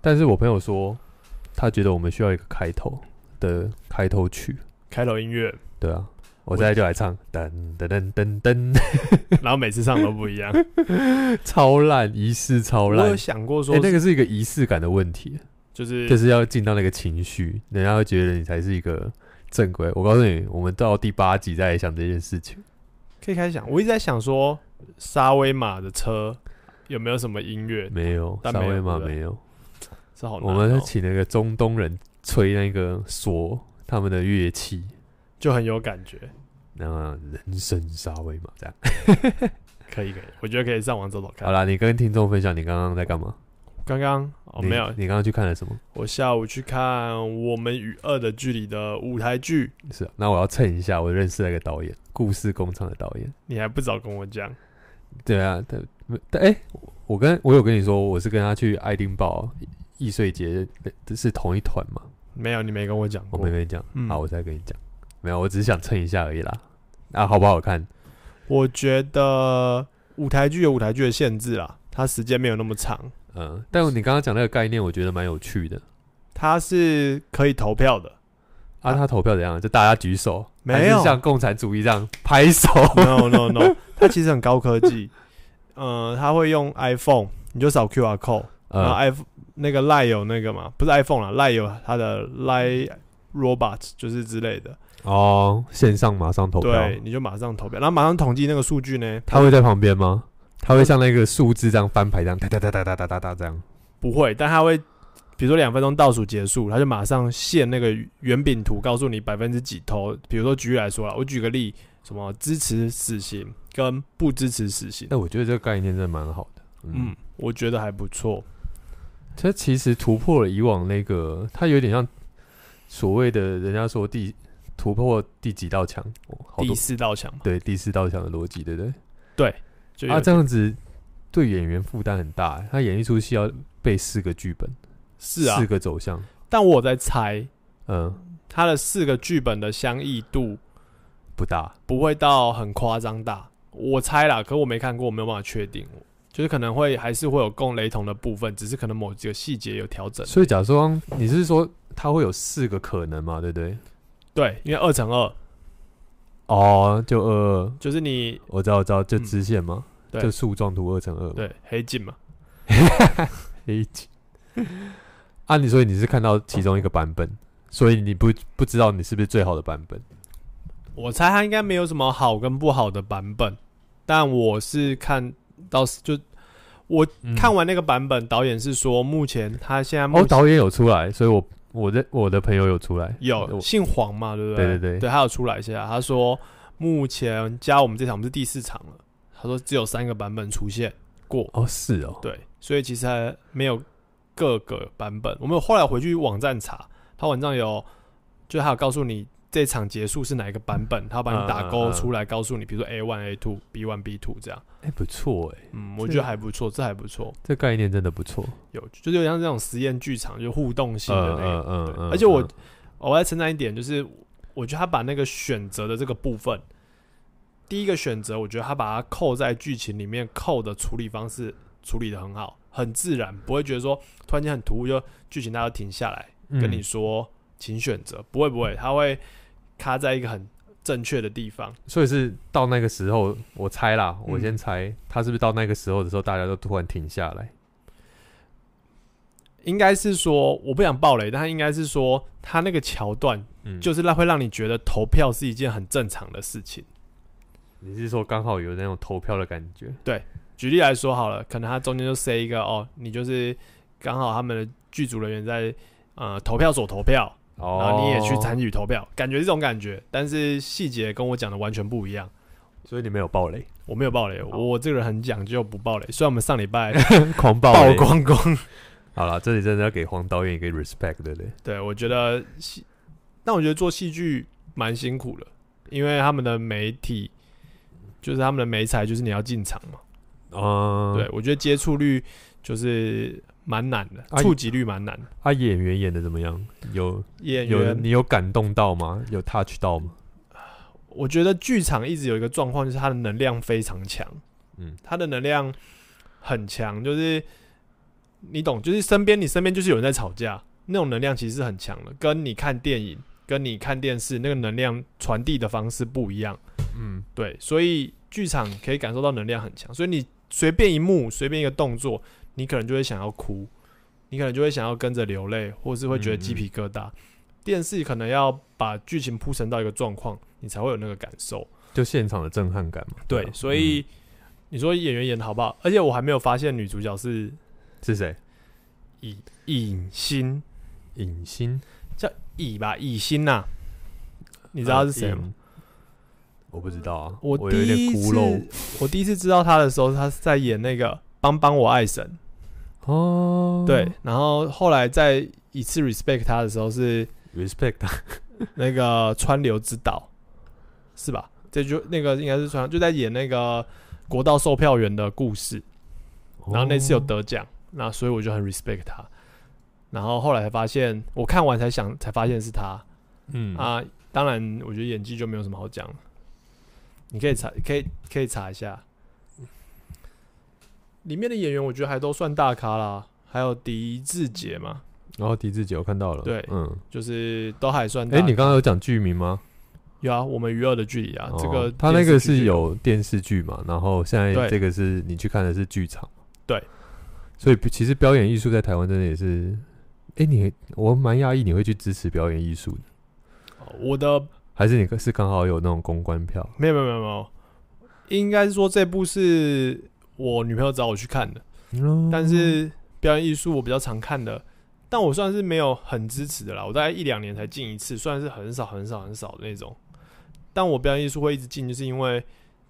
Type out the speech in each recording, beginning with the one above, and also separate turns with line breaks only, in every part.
但是我朋友说，他觉得我们需要一个开头的开头曲，
开头音乐，
对啊，我现在就来唱，噔噔噔噔噔，
然后每次上都不一样。
超烂，仪式超
我
烂
有。想过说
哎、，那个是一个仪式感的问题，
就是
就是要进到那个情绪，人家会觉得你才是一个正规。我告诉你，我们到第八集再来想这件事情。
可以开始想，我一直在想说，沙威玛的车有没有什么音乐？
没有，
但
沙
没有
威玛
对不对
没有，
是好难哦、
我们请那个中东人吹那个唢，他们的乐器，
就很有感觉，
然后人生沙威玛这样。
可以可以，我觉得可以上网走走
好
看。
啦，你跟听众分享你刚刚在干嘛？
刚刚哦
你
没有，
你刚刚去看了什么？
我下午去看《我们与恶的距离》的舞台剧，
是啊，那我要蹭一下，我认识那个导演，故事工厂的导演。
你还不早跟我讲，
对啊，但但哎、我跟我有跟你说，我是跟他去爱丁堡易碎节，呃是同一团嘛？
没有，你没跟我讲
我
过
没。跟你讲，
嗯
好，我再跟你讲，没有，我只是想蹭一下而已啦。啊，好不好看？
我觉得舞台剧有舞台剧的限制啦，它时间没有那么长，
嗯，但你刚刚讲那个概念，我觉得蛮有趣的。
它是可以投票的。
啊，
啊
他投票怎样？就大家举手，
没
还是
有
像共产主义这样拍 手。
No No No，它其实很高科技，嗯、它会用 iPhone，你就扫 QR code，然后
呃，
iPhone 那个 Line 有那个嘛，不是 iPhone 啦，Line 有它的 Line Robot 就是之类的，
哦，线上马上投票，
对，你就马上投票，然后马上统计那个数据呢，
他会在旁边吗？他会像那个数字这样翻牌这样哒哒哒哒哒哒哒哒这样？
不会，但它会，比如说两分钟倒数结束，它就马上现那个圆饼图，告诉你百分之几投。比如说举例来说啦，我举个例，什么支持死刑跟不支持死刑，
哎，我觉得这个概念真的蛮好的。嗯
嗯，，我觉得还不错。
它其实突破了以往那个，它有点像所谓的人家说第突破第几道墙，哦、好
第
多
四道墙嘛，
对第四道墙的逻辑，对不对？
就
啊，
有
这样子对演员负担很大，他演一出戏要背四个剧本，
是啊
四，个走向，
但我有在猜，
嗯，
它的四个剧本的相异度
不大，
不会到很夸张大，我猜啦，可我没看过，我没有办法确定。就是可能会还是会有共雷同的部分，只是可能某几个细节有调整。
所以假装你是说他会有四个可能嘛，对不对？
对，因为二乘二
哦，就二二，
就是你
我知道，我知道，就
嗯
支线嘛，
对
就树状图二乘二，，
对，黑镜嘛，
黑镜。 啊，你所以你是看到其中一个版本，所以你不不知道你是不是最好的版本。
我猜它应该没有什么好跟不好的版本，但我是看到就
嗯
看完那个版本，导演是说目前他现在目
哦，
前
导演有出来，所以我我的我的朋友有出来，
有
我
姓黄嘛，对不对
对对对
对，他有出来一下，他说目前加我们这场我们是第四场了，他说只有三个版本出现过，
哦是哦，
对，所以其实还没有各个版本。我们后来回去网站查，他网站有就还有告诉你这场结束是哪一个版本，他帮你打
嗯嗯
勾
嗯
出来，告诉你，比如说 A one、A two、B one、B two 这样。
哎、不错哎、
嗯，我
这
觉得还不错，这还不错，
这概念真的不错，
有就是有点像这种实验剧场，就互动性的那个。
嗯
对而且我
嗯
我要称赞一点，就是我觉得他把那个选择的这个部分，第一个选择，我觉得他把它扣在剧情里面扣的处理方式处理的很好，很自然，不会觉得说突然间很突兀，就剧情它要停下来跟你
嗯
说，请选择，不会不会，他会卡在一个很正确的地方。
所以是到那个时候，我猜啦，我
嗯
先猜他是不是到那个时候的时候，大家都突然停下来，
应该是说，我不想暴雷，但他应该是说，他那个桥段
嗯，
就是让会让你觉得投票是一件很正常的事情。
你是说刚好有那种投票的感觉，
举例来说好了，可能他中间就塞一个哦，你就是刚好他们的剧组人员在呃投票所投票，
哦，
然后你也去参与投票，感觉是这种感觉，但是细节跟我讲的完全不一样。
所以你没有暴雷，
我没有爆雷，我这个人很讲究不爆雷。虽然我们上 礼拜
狂暴
爆
雷。
光光，
好了，这里真的要给黄导演一个 respect，对不对？
对我觉得戏，但我觉得做戏剧蛮辛苦的，因为他们的媒体就是他们的媒材，就是你要进场嘛。
嗯，
对我觉得接触率就是蛮难的，
啊
触及率蛮难的。
啊，演员演的怎么样？有
演
有
员
你有感动到吗？有 touch 到吗？
我觉得剧场一直有一个状况，就是它的能量非常强，
嗯
它的能量很强，就是你懂，就是身边你身边就是有人在吵架，那种能量其实是很强的，跟你看电影、跟你看电视那个能量传递的方式不一样。
嗯，
对，所以剧场可以感受到能量很强，所以你随便一幕、随便一个动作，你可能就会想要哭，你可能就会想要跟着流泪，或是会觉得鸡皮疙瘩。电视可能要把剧情铺陈到一个状况，你才会有那个感受。
就现场的震撼感嘛。
对，
吧
所以、你说演员演的好不好？而且我还没有发现女主角是
嗯是谁？
以影星，
影星，
叫以吧，以星呐、你知道是谁吗？
影？啊我不知道啊，
我
有
第
点
一
孤
次
陋
我第一次知道他的时候，他是在演那个《帮帮我爱神》。
嗯哦。
对，然后后来在一次 respect 他的时候是
，respect 啊
那个川流之岛，是吧？这就那个应该是川，就在演那个国道售票员的故事。然后那
哦
次有得奖，那所以我就很 respect 他。然后后来才发现，我看完才想才发现是他
嗯
啊。当然，我觉得演技就没有什么好讲了。你可以查，可以可以查一下，里面的演员我觉得还都算大咖啦，还有狄志杰嘛，
然后狄志杰我看到了，
对
嗯，
就是都还算大。
哎、你刚刚有讲剧名吗？
有啊？我们娱乐的距离啊，这
哦
个
他那
电视
个
剧
是
就
有电视剧嘛，然后现在
对
这个是你去看的是剧场，
对，
所以其实表演艺术在台湾真的也是，哎、你我蛮讶异你会去支持表演艺术的，
哦我的
还是你是刚好有那种公关票？
没有没有没有没有，应该是说这部是我女朋友找我去看的，
嗯
但是表演艺术我比较常看的，但我算是没有很支持的啦，我大概一两年才进一次，算是很少很少很少的那种。但我表演艺术会一直进，就是因为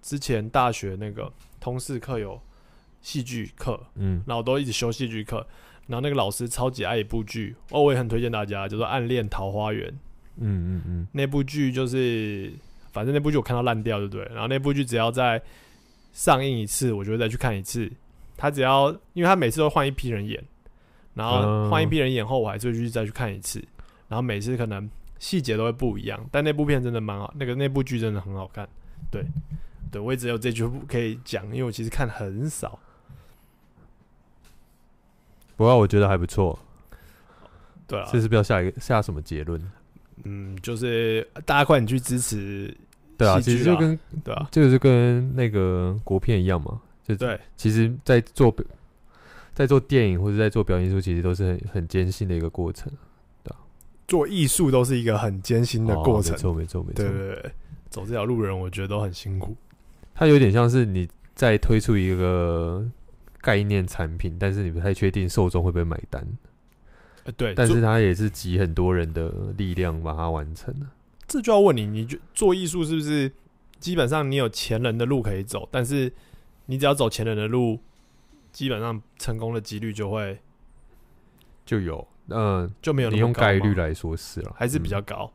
之前大学那个通识课有戏剧课，
嗯，
然后我都一直修戏剧课，然后那个老师超级爱一部剧，哦，我也很推荐大家，叫做《暗恋桃花源》
嗯嗯嗯，
那部剧，就是反正那部剧我看到烂掉，对不对？然后那部剧只要再上映一次，我就会再去看一次。他只要，因为他每次都换一批人演，然后
嗯
换一批人演后，我还是会去再去看一次，然后每次可能细节都会不一样，但那部片真的蛮好，那个那部剧真的很好看，对，对我也只有这句可以讲，因为我其实看很少。
不过我觉得还不错，
对啊，
这是不是要下一个下什么结论？
嗯，就是大家快点去支持，
对啊，
戏剧
其实就
啊
跟
对吧、
这个就跟那个国片一样嘛，就
对，
其实，在做表在做电影或者在做表演艺术，其实都是很很艰辛的一个过程。
做艺术都是一个很艰辛的过程，
哦没错没错没错
对，对对，走这条路人我觉得都很辛苦。
它有点像是你在推出一个概念产品，但是你不太确定受众会不会买单，
呃，对，
但
做
是它也是集很多人的力量把它完成了。
这就要问你，你就做艺术是不是基本上你有前人的路可以走，但是你只要走前人的路，基本上成功的几率就会
就有，嗯、
就没有那
你
么
用
高吗
概率来说是了，
还是比较
嗯
高。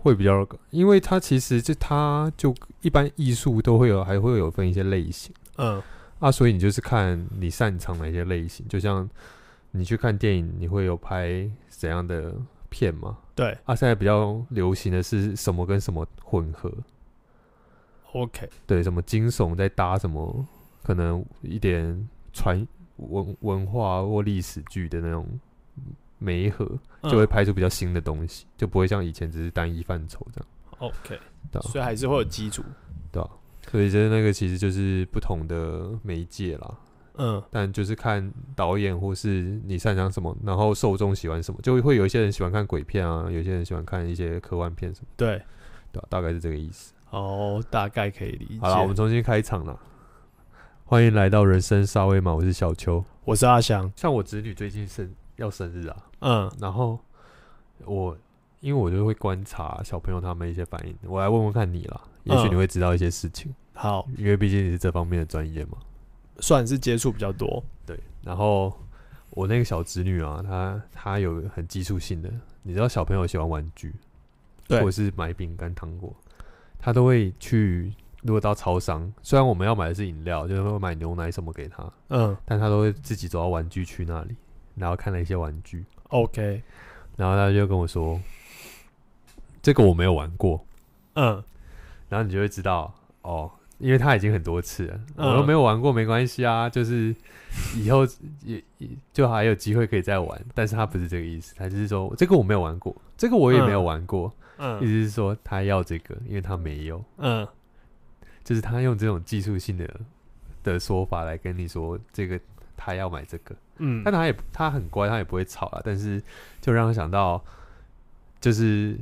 会比较，因为它其实就它就一般艺术都会有，还会有分一些类型。
嗯，
啊，所以你就是看你擅长哪些类型，就像你去看电影，你会有拍怎样的片吗？
对
啊，现在比较流行的是什么跟什么混合？
，OK，
对，什么惊悚再搭什么，可能一点传文文化或历史剧的那种媒合，
嗯
就会拍出比较新的东西，就不会像以前只是单一范畴这样，
OK，
对啊
所以还是会有基础。
对吧、所以就是那个其实就是不同的媒介啦，
嗯，
但就是看导演或是你擅长什么，然后受众喜欢什么，就会有一些人喜欢看鬼片啊，有些人喜欢看一些科幻片什么，
对，
对吧、啊大概是这个意思。
哦，大概可以理解。
好了，我们重新开场啦。欢迎来到人生沙威玛，我是小秋。
我是阿翔，
像我侄女最近生要生日啊，
嗯，
然后我因为我就会观察小朋友他们一些反应，我来问问看你啦，也许
嗯
你会知道一些事情，
好，
因为毕竟你是这方面的专业嘛。
算是接触比较多。
对，然后我那个小侄女啊，她她有很技术性的，你知道小朋友喜欢玩具，
对
或者是买饼干糖果，她都会去。如果到超商，虽然我们要买的是饮料，就是会买牛奶什么给她，
嗯
但她都会自己走到玩具区那里，然后看了一些玩具，
，OK，
然后她就跟我说：“这个我没有玩过。
嗯，”
然后你就会知道，哦，因为他已经很多次了，我都
嗯
没有玩过，没关系啊，就是以后也也就还有机会可以再玩。但是他不是这个意思，他就是说这个我没有玩过，这个我也没有玩过，意
嗯
思是说他要这个，因为他没有，
嗯
就是他用这种技术性的的说法来跟你说这个他要买这个，
嗯，
但他也他很乖，他也不会吵啊，但是就让他想到，就是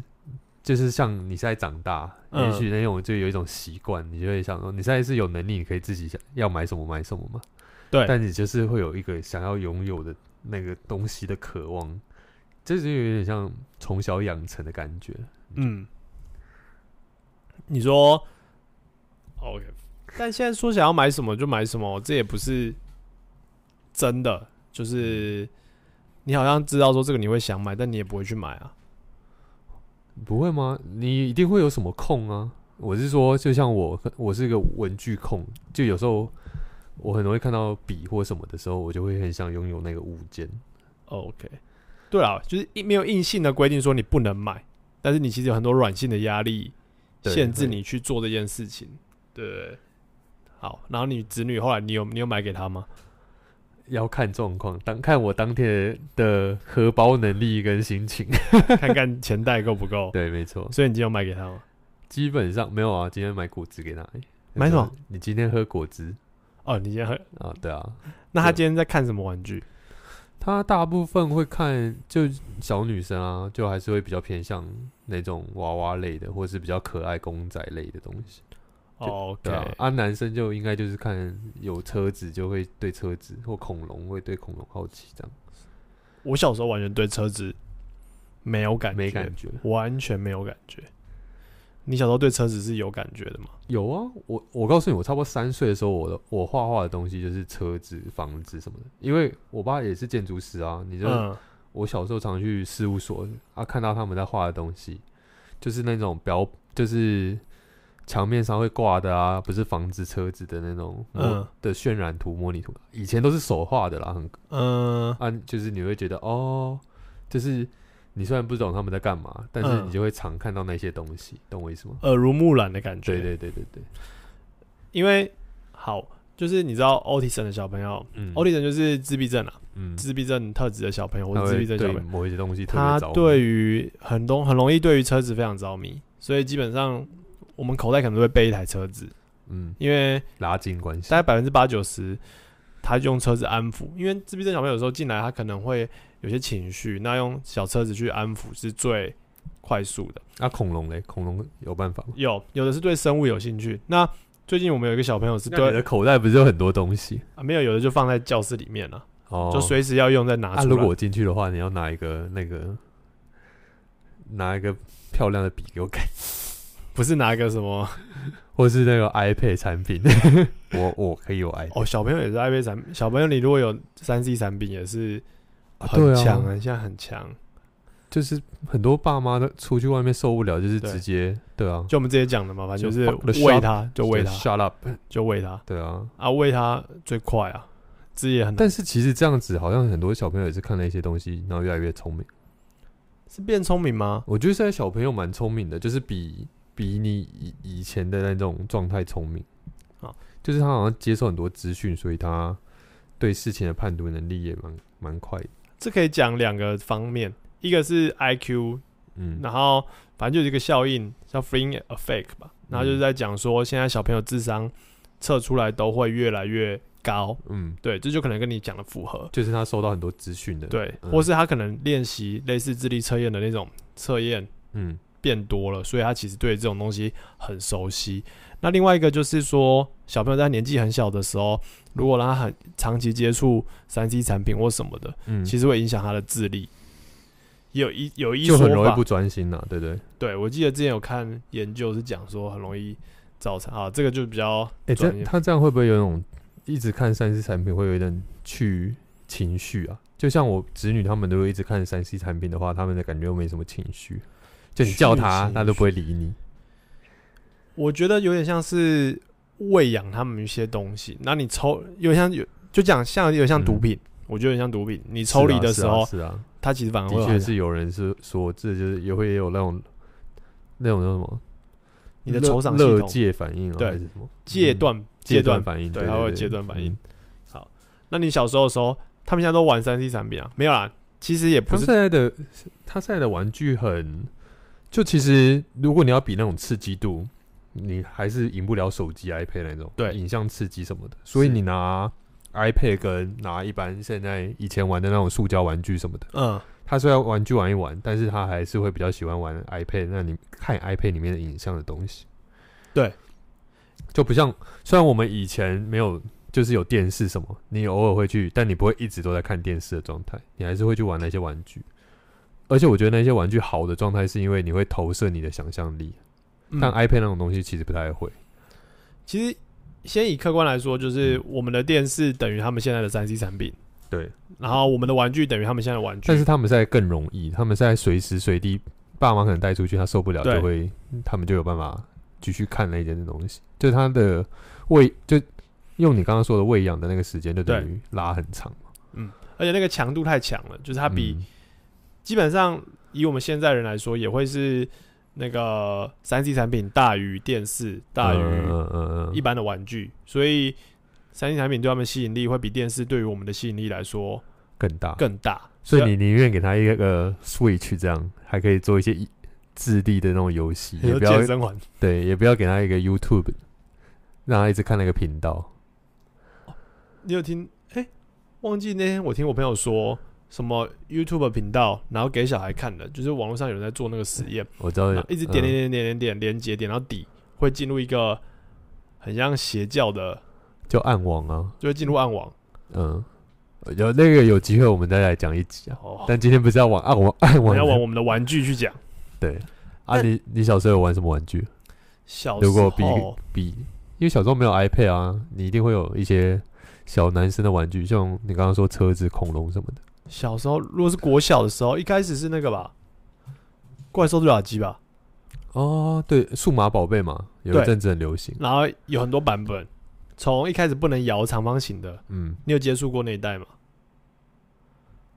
就是像你现在长大，
嗯
也许那种就有一种习惯，你就会想说，你现在是有能力，你可以自己想要买什么买什么嘛。
对
但你就是会有一个想要拥有的那个东西的渴望，这就有点像从小养成的感觉。
嗯，你说，OK，但现在说想要买什么就买什么，这也不是真的，就是你好像知道说这个你会想买，但你也不会去买啊。
不会吗？你一定会有什么控啊？我是说，就像我，我是一个文具控，就有时候我很容易看到笔或什么的时候，我就会很想拥有那个物件。
OK，对啊，就是一没有硬性的规定说你不能买，但是你其实有很多软性的压力
对
限制你去做这件事情。对，好，然后你子女后来你有你有买给他吗？
要看状况，当看我当天的荷包能力跟心情。
看看钱袋够不够？
对，没错，
所以你今天有买给他吗？
基本上没有啊。今天买果汁给他，
买什么？
啊你今天喝果汁
哦，你今天很
啊？对啊，
那他
对
今天在看什么玩具？
他大部分会看，就小女生啊，就还是会比较偏向那种娃娃类的，或是比较可爱公仔类的东西。
哦，OK，
对啊，啊，男生就应该就是看有车子就会对车子或恐龙会对恐龙好奇，这样
我小时候完全对车子没有感觉，
没感觉。
完全没有感觉。你小时候对车子是有感觉的吗？
有啊，我我告诉你，我差不多三岁的时候，我的我画画的东西就是车子、房子什么的，因为我爸也是建筑师啊。你就、
嗯
我小时候常去事务所啊，看到他们在画的东西，就是那种表，就是墙面上会挂的啊，不是房子、车子的那种模
嗯
的渲染图、模拟图，以前都是手画的啦，很
嗯
啊，就是你会觉得哦，就是你虽然不懂他们在干嘛，但是
嗯
你就会常看到那些东西，懂我意思吗？
耳濡目染的感觉。
对，对对对对，
因为好，就是你知道 autism 的小朋友
嗯，
，autism 就是自闭症啊，
嗯，
自闭症特质的小朋友，或
他
者自
会
闭症小
对
朋友，
某一些东西特别
他
着迷，
对于很多很容易对于车子非常着迷，所以基本上我们口袋可能都会备一台车子，
嗯，
因为
拉近关系
大，概百分之八九十，他用车子安抚，因为自闭症小朋友有时候进来，他可能会有些情绪，那用小车子去安抚是最快速的。
那、啊恐龙嘞，恐龙有办法吗？
有有的是对生物有兴趣，那最近我们有一个小朋友是
那你
对、
的口袋不是有很多东西
啊、没有，有的就放在教室里面了、
哦？
就随时要用再拿
啊，
出来。
如果我进去的话，你要拿一个那个拿一个漂亮的笔给我看，
不是拿一个 什么
或是那个 iPad 产品， 我我可以有 iPad，、
哦，小朋友也是爱被产品，小朋友你如果有三 C 产品也是
啊
很
对
强
啊，
现在很强。
就是很多爸妈都出去外面受不了，就是
对
直接对啊，
就我们之前讲的嘛，反正就是
就 fuck the shop，
喂他，就嗯喂他，
shut up，
就喂他
对啊。
啊，喂他最快啊，这也很难。
但是其实这样子，好像很多小朋友也是看了一些东西，然后越来越聪明。
是变聪明吗？
我觉得现在小朋友蛮聪明的，就是比比你以以前的那种状态聪明
好
就是他好像接受很多资讯，所以他对事情的判读能力也蛮蛮快的。
这可以讲两个方面，一个是 IQ，
嗯，
然后反正就是一个效应叫 Fring Effect 吧，然后就是在讲说现在小朋友智商测出来都会越来越高，
嗯，
对，这就可能跟你讲的符合，
就是他收到很多资讯的，，
对，
嗯
或是他可能练习类似智力测验的那种测验
嗯
变多了，所以他其实对这种东西很熟悉。那另外一个就是说，小朋友在年纪很小的时候，如果让他很长期接触三 C 产品或什么的，
嗯，
其实会影响他的智力。也有一有一
就
说
很容易
法
不，专心了、对不对？
对我记得之前有看研究是讲说很容易造成啊，这个就比较
哎、这
专业
他这样会不会有一种一直看三 C 产品会有一点去情绪啊？就像我侄女他们都会一直看三 C 产品的话，他们的感觉又没什么情绪，就你叫
去
他，
情
他都不会理你。
我觉得有点像是喂养他们一些东西，那你抽有点像有就讲像有点像毒
嗯
品，我觉得有点像毒品，你抽离的时候，
是啊，是啊是啊
它其实反而会
的
很
确是有人是说，这就是也会有那种那种叫什么
你的酬赏系
乐
统
界反应啊，
对
还是什么
戒
嗯
断
戒
戒
断
断，
反应？
对
对，
它会有
对
戒断反应。
嗯
那你小时候的时候，他们现在都玩三 C 产品啊？没有啦，其实也不
他
是
现在的他现在的玩具很，就其实如果你要比那种刺激度，你还是赢不了手机、iPad 那种，
对
影像刺激什么的。所以
是
你拿 iPad 跟拿一般现在以前玩的那种塑胶玩具什么的，
嗯，
他虽然玩具玩一玩，但是他还是会比较喜欢玩 iPad，那你看 iPad 里面的影像的东西，
对，
就不像虽然我们以前没有。就是有电视什么，你偶尔会去，但你不会一直都在看电视的状态，你还是会去玩那些玩具。而且我觉得那些玩具好的状态，是因为你会投射你的想象力，
嗯
但 iPad 那种东西其实不太会。
其实先以客观来说，就是我们的电视等于他们现在的三 C 产品，
对，
然后我们的玩具等于他们现在的玩具，
但是他们现在更容易，他们现在随时随地，爸妈可能带出去，他受不了
对
就会，他们就有办法继续看那件东西，就是他的喂，就用你刚刚说的喂养的那个时间，就等于拉很长嘛。
而且那个强度太强了，就是它比、
嗯
基本上以我们现在人来说，也会是那个三 C 产品大于电视大于
嗯嗯
一般的玩具，所以三 C 产品对他们吸引力会比电视对于我们的吸引力来说
更大，
更大。
所以你宁愿给他一个呃 Switch 这样，还可以做一些益智力的那种游戏，
你
也
说
不要
健身环，
对，也不要给他一个 YouTube，让他一直看那个频道。
你有听？哎、忘记那天我听我朋友说什么 YouTube 频道，然后给小孩看的，就是网络上有人在做那个实验，
我知道
然后，一直点
嗯
点点点点点连接点到底，会进入一个很像邪教的，
就暗网啊，
就会进入暗网。
嗯，有那个有机会我们再来讲一集啊。
哦，
但今天不是要往暗网 暗
我
网
们要往
的
我们的玩具去讲。
对啊，
但
你你小时候有玩什么玩具？
小时
如果比
候
比，因为小时候没有 iPad 啊，你一定会有一些小男生的玩具，像你刚刚说车子、恐龙什么的。
小时候，如果是国小的时候，一开始是那个吧，怪兽对打机吧，
哦，对，数码宝贝嘛，有一
对
阵子很流行。
然后有很多版本，从一开始不能摇长方形的，
嗯，
你有接触过那一代吗？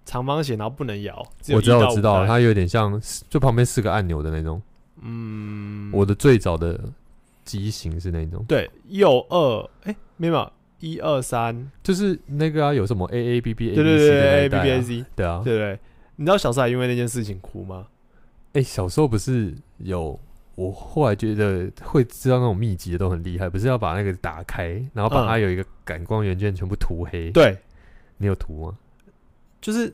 长方形，然后不能摇，只有
我知道，
1到
我知
5
道，
代
它有点像，就旁边四个按钮的那种。
嗯，
我的最早的机型是那种，
对右二，哎、没有一二三，
就是那个啊，有什么 A A B B A
对
B
对
C 的那一
对，A B
代
B A
啊
Z，
对啊
对，对对，你知道小时候还因为那件事情哭吗？
哎、小时候不是有，我后来觉得会知道那种秘籍的都很厉害，不是要把那个打开，然后把
嗯
它有一个感光元件全部涂黑。、
对，
你有涂吗？
就是，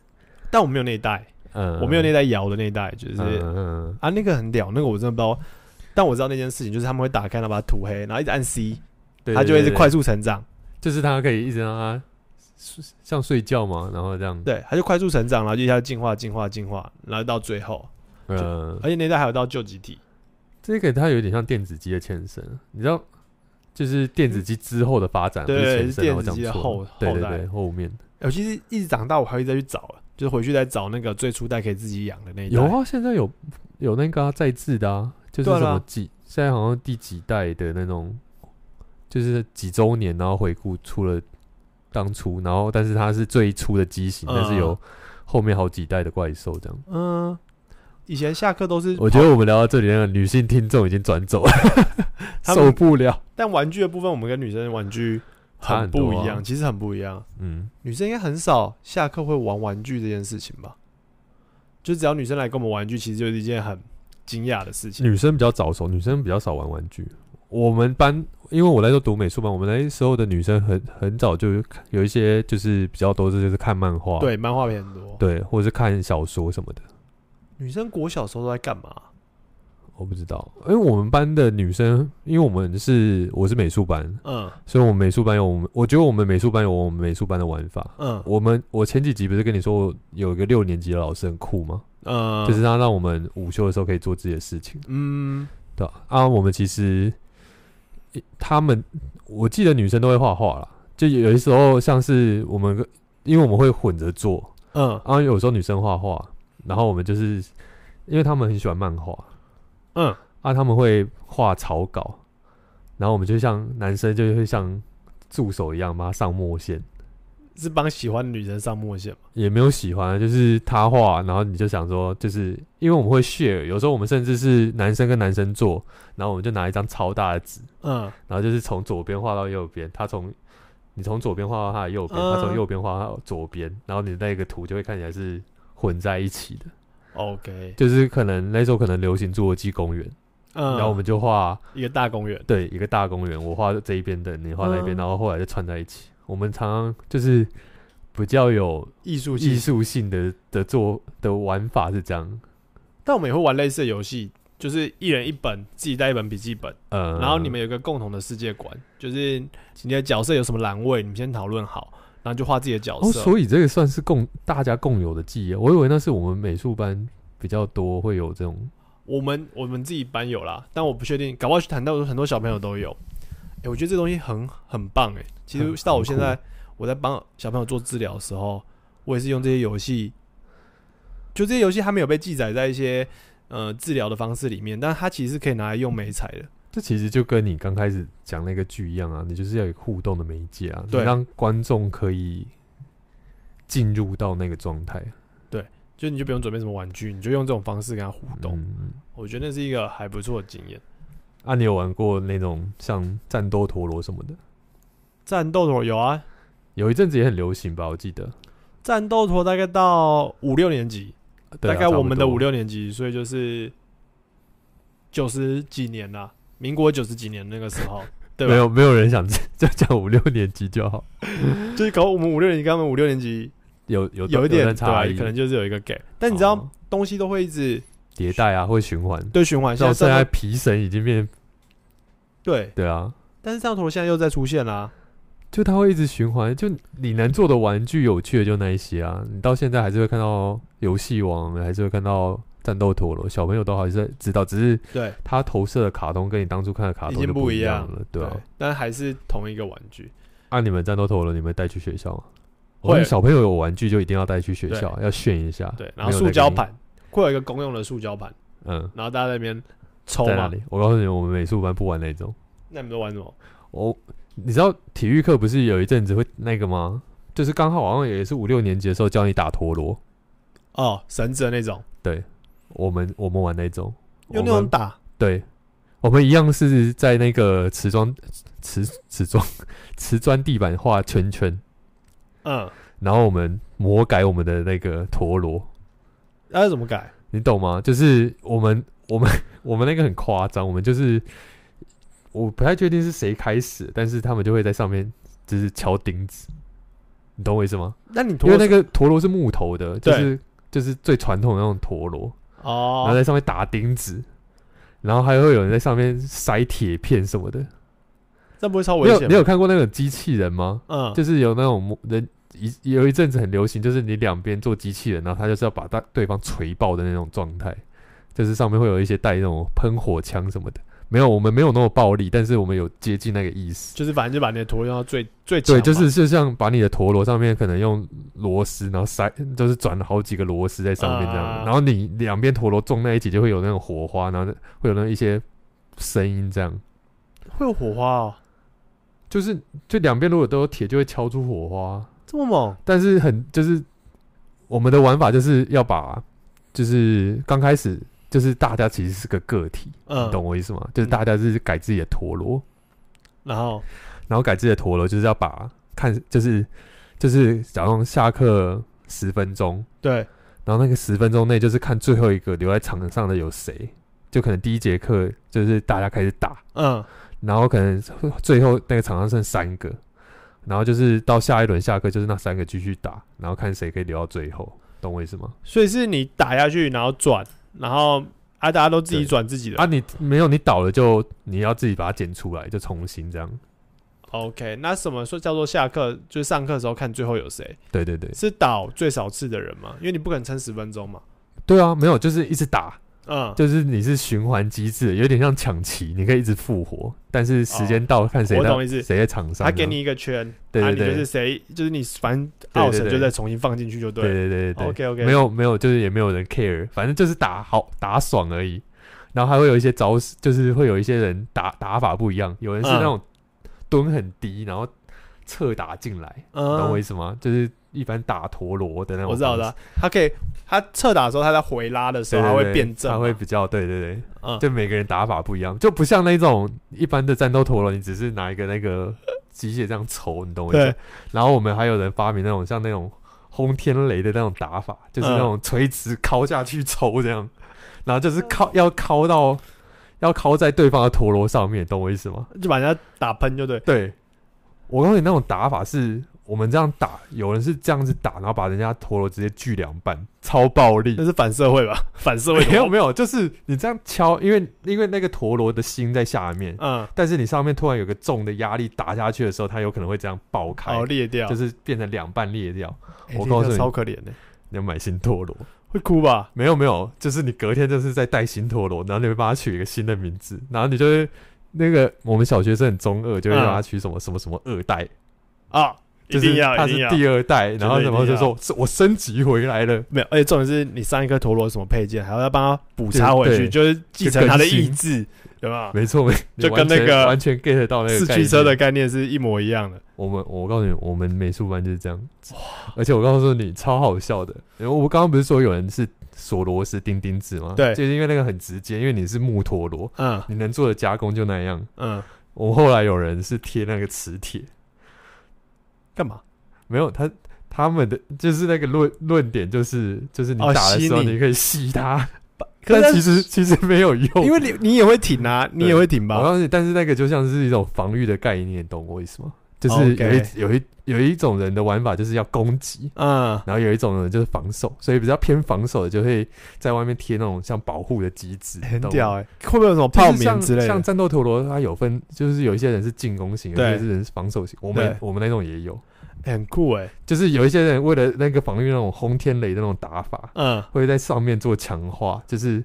但我没有那一代，
嗯，
我没有那一代摇的那一代，就是、
嗯嗯嗯
啊，那个很屌，那个我真的不知道，但我知道那件事情就是他们会打开，然后把它涂黑，然后一直按 C，
对，
它就会一直
对
快，速成长，
对就是它可以一直让它睡像睡觉嘛，然后这样，
对，它就快速成长，然后就一下进化进化进化，然后到最后，
嗯，
而且那一代还有到旧集体，
这个它有点像电子机的前身，你知道，就是电子机之后的发展，
对
不是
对
前身
是
啊我
电子机
讲错
的后
了对对
后代
对，后面的
我其实一直长大，我还会再去找，就是回去再找那个最初代可以自己养的那一代。
有啊，现在有有那个、啊、在制的啊，就是
对
什
啦
么几，现在好像第几代的那种，就是几周年，然后回顾出了当初，然后但是它是最初的机型，
嗯
但是有后面好几代的怪兽这样。
嗯，以前下课都是
我觉得我们聊到这里，那个女性听众已经转走了，
他们
受不了。
但玩具的部分，我们跟女生的玩具
差很多
不
啊
一样，其实很不一样。
嗯，
女生应该很少下课会玩玩具这件事情吧？就只要女生来跟我们玩具，其实就是一件很惊讶的事情。
女生比较早熟，女生比较少玩玩具。我们班，因为我那时候读美术班，我们那时候的女生很很早就有一些就是比较多，就是看漫画，啊
对，漫画片很多。
对，或者是看小说什么的。
女生国小时候都在干嘛？
我不知道，因为我们班的女生，因为我们是我是美术班，
嗯
所以我们美术班有我们，我觉得我们美术班有我们美术班的玩法。
嗯
我们我前几集不是跟你说我有一个六年级的老师很酷吗？
嗯，
就是他让我们午休的时候可以做自己的事情，
嗯
对吧啊，我们其实诶他们，我记得女生都会画画啦，就有的时候像是我们跟，因为我们会混着做，
嗯
然后啊有时候女生画画，然后我们就是因为他们很喜欢漫画，
嗯
啊，他们会画草稿，然后我们就像男生就会像助手一样帮他上墨线，
是帮喜欢的女生上墨线嘛？
也没有喜欢，啊就是他画，然后你就想说，就是因为我们会 share，有时候我们甚至是男生跟男生做，然后我们就拿一张超大的纸，
嗯，
然后就是从左边画到右边，他从你从左边画到他的右边，他从
嗯
右边画到左边，然后你那个图就会看起来是混在一起的，
OK，
就是可能那时候可能流行侏罗纪公园，
嗯，
然后我们就画
一个大公园，
对一个大公园，我画这一边的，你画那边，
嗯
然后后来就串在一起，我们常常就是比较有
艺术
艺
性，
术性的的做的玩法是这样，
但我们也会玩类似的游戏，就是一人一本，自己带一本笔记本，
呃，
然后你们有一个共同的世界观，就是你的角色有什么栏位，你们先讨论好，然后就画自己的角
哦，
色。
所以这个算是共大家共有的记忆啊，我以为那是我们美术班比较多会有这种，
我们我们自己班有啦，但我不确定，搞不好谈到很多小朋友都有。哎、我觉得这东西很很棒哎、其
很
实到我
很
现
酷
在，我在帮小朋友做治疗的时候，我也是用这些游戏。就这些游戏，它没有被记载在一些呃治疗的方式里面，但它其实是可以拿来用美彩的。
这其实就跟你刚开始讲那个剧一样啊，你就是要有互动的媒介啊，你
对
让观众可以进入到那个状态，
就你就不用准备什么玩具，你就用这种方式跟他互动。
嗯
我觉得那是一个还不错的经验。
啊，你有玩过那种像战斗陀螺什么的？
战斗陀有啊，
有一阵子也很流行吧，我记得。
战斗陀大概到五六年级，
对啊
大概我们
差不
的
多
五六年级，所以就是九十几年啦、民国九十几年那个 时候，对吧？
没有没有人想就讲五六年级就好，
就是搞我们五六年级跟他们五六年级
有有
有
在
一点对吧、
差异，
可能就是有一个 gap，但你知道
哦
东西都会一直
迭代啊，会循环。
对循环，
到
像
现
现
在
在
皮神已经变
对，
对啊，
但是战斗陀现在又在出现啦、
就它会一直循环。就你能做的玩具有趣的就那一些啊，你到现在还是会看到游戏王，还是会看到战斗陀螺，小朋友都还是知道，只是
对
它投射的卡通跟你当初看的卡
已
通
经
就
不一
一
样
了，对啊。
但还是同一个玩具。
按、啊你们战斗陀螺，你们带去学校吗？
会
我们小朋友有玩具就一定要带去学校，要炫一下。
对，然后
啊没有
塑
再给
胶
你，
盘会有一个公用的塑胶盘，
嗯，
然后大家在那边抽
在哪
嘛。
里？我告诉你，我们美术班不玩那种。
那你们都玩什么？
我你知道体育课不是有一阵子会那个吗？就是刚好好像也是五六年级的时候教你打陀螺，
哦，绳子的那种，
我们我们玩那种，
用那
我
种
们
打。
对，我们一样是在那个瓷砖瓷瓷砖瓷砖地板画圈圈，
嗯，
然后我们魔改我们的那个陀螺，
那要怎么改？
你懂吗？就是我们我们 我们那个很夸张，我们就是我不太确定是谁开始，但是他们就会在上面就是敲钉子，你懂我意思吗？
那你
因
陀
为
螺
那个陀螺是木头的，就
对
是就是最传统的那种陀螺，然后
哦，
在上面打钉子，然后还会有人在上面塞铁片什么的。
这不会超
你
危
有
险
你有
吗？
看过那种机器人吗？
嗯，
就是有那种木人一有一阵子很流行，就是你两边做机器人，然后他就是要把大对方锤爆的那种状态，就是上面会有一些带那种喷火枪什么的。没有，我们没有那么暴力，但是我们有接近那个意思。
就是反正就把你的陀螺用到最最
对，
强嘛。
就是就像把你的陀螺上面可能用螺丝，然后塞，就是转了好几个螺丝在上面这样，
啊
然后你两边陀螺撞在一起就会有那种火花，然后会有那一些声音这样，
会有火花哦，
就是就两边如果都有铁就会敲出火花，
这么猛。
但是很就是我们的玩法就是要把就是刚开始就是大家其实是个个体，你懂
嗯，
我意思吗？就是
嗯
大家是改自己的陀螺，
然后
然后改自己的陀螺，就是要把看，就是就是，假如下课十分钟，
对，
然后那个十分钟内就是看最后一个留在场上的有谁，就可能第一节课就是大家开始打，
嗯，
然后可能最后那个场上剩三个，然后就是到下一轮下课就是那三个继续打，然后看谁可以留到最后，懂我意思吗？
所以是你打下去，然后转，然后啊，大家都自己
对
转自己的
啊，。你没有你倒了就你要自己把它捡出来，就重新这样。
OK，那什么说叫做下课？就是上课的时候看最后有谁
对对对，
是倒最少次的人吗？因为你不可能撑十分钟嘛。
对啊，没有就是一直打，
嗯，
就是你是循环机制，有点像抢棋，你可以一直复活，但是时间到、看谁
我
在
懂意思
谁在场上。
他给你一个圈，
对对
啊，你
对
就是谁，就是你反正
对
奥
对
神
对
就再重新放进去就
对
对
对
了。
对对对
OK OK，
没有没有，就是也没有人 care，反正就是打好打爽而已。然后还会有一些招式，就是会有一些人打打法不一样，有人是
嗯
那种蹲很低，然后侧打进来，
嗯
懂我意思吗？就是一般打陀螺的那种
我
方式，
知道的，他可以他侧打的时候，他在回拉的时
对，
候，
对
他
对
会变正嘛，啊
它会比较对对对，
嗯
就每个人打法不一样，就不像那种一般的战斗陀螺，你只是拿一个那个机械这样抽，你懂我意思
对
吗？然后我们还有人发明那种像那种轰天雷的那种打法，就是
嗯
那种垂直敲下去抽这样，然后就是敲要敲到要敲在对方的陀螺上面，懂我意思吗？
就把人家打喷，就对。
对，我告诉你那种打法是。我们这样打，有人是这样子打，然后把人家陀螺直接锯两半，超暴力
那。是反社会 吧？反社会
没有没有，就是你这样敲，因为因为那个陀螺的心在下面，
嗯，
但是你上面突然有个重的压力打下去的时候，它有可能会这样爆开，
好裂哦掉，
就是变成两半裂掉。
哎
我告诉
这
你
个超可怜的，
你要买新陀螺？
会哭吧？
没有没有，就是你隔天就是在带新陀螺，然后你会帮它取一个新的名字，然后你就会那个我们小学生很中二，就会让他取什么、什么什么二代，
啊，嗯一
就
定
是
要，
他
一定
是
要。
第二代，然后
绝对
然后
一
就
定要
说是我升级回来了。
没有，而且重点是你上一颗陀螺有什么配件，还要帮它补插
对
回
对
去，就是继承它的意志，有没有？
没错，没
就
你
跟那
完全
个
完全 get 到那个
四
概
驱车
念
的概念是一模一样的。
我们我告诉你，我们美术班就是这样子。而且我告诉你，超好笑的。因为我刚刚不是说有人是锁螺丝钉钉子吗？
对
就是因为那个很直接，因为你是木陀螺，
嗯
你能做的加工就那样。
嗯，
我后来有人是贴那个磁铁，
干嘛？
没有他他们的就是那个论论点就是就是你
哦
打的时候
吸你
你可以吸它，
可
但其
是
实其实没有用。
因为你你也会挺啊，你也会挺
我
吧？
告诉你，但是那个就像是一种防御的概念，懂我意思吗？就是有一
哦 OK
有一有一种人的玩法就是要攻击，
嗯，
然后有一种人就是防守，所以比较偏防守的就会在外面贴那种像保护的机制，
很
懂吗
屌。哎，会不会有什么
就是
泡棉
像
之类
像
的？
战斗陀螺，它有分，就是有一些人是进攻型，有
对
些人是防守型。我们
对
我们那种也有，
哎很酷哎，
就是有一些人为了那个防御那种轰天雷的那种打法，
嗯，
会在上面做强化，就是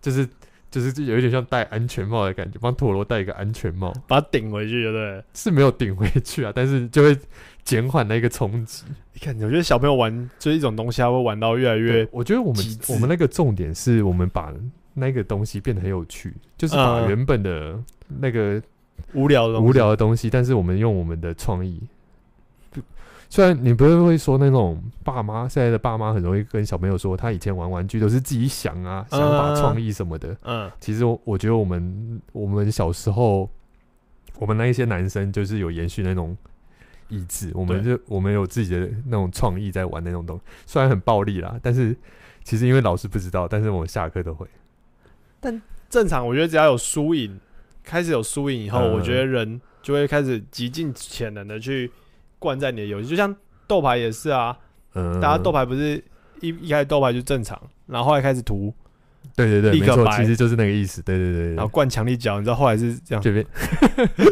就是就是就有一点像戴安全帽的感觉，帮陀螺戴一个安全帽，
把它顶回去，对不对？
是没有顶回去啊，但是就会减缓那个冲击。
你看，我觉得小朋友玩就是一种东西，他会玩到越来
对
越，
我觉得我们
极致
我们那个重点是我们把那个东西变得很有趣，就是把
嗯
原本的那个
无聊的东西
无。聊的东西，但是我们用我们的创意。不虽然你不是会说那种爸妈现在的爸妈很容易跟小朋友说，他以前玩玩具都是自己想啊、
嗯
想法、创意什么的。
嗯
其实我我觉得我们我们小时候，我们那一些男生就是有延续那种意志，我们就我们有自己的那种创意在玩那种东西，虽然很暴力啦，但是其实因为老师不知道，但是我们下课都会。
正常，我觉得只要有输赢，开始有输赢以后，
嗯
我觉得人就会开始极尽潜能的去灌在你的游戏，就像斗牌也是啊，
嗯，
大家斗牌不是一一开始斗牌就正常，然后后来开始涂，
对对对，
立
没
刻
错，
白
其实就是那个意思。对对对
然
对
后
对，
灌强力脚，你知道后来是这样，
这边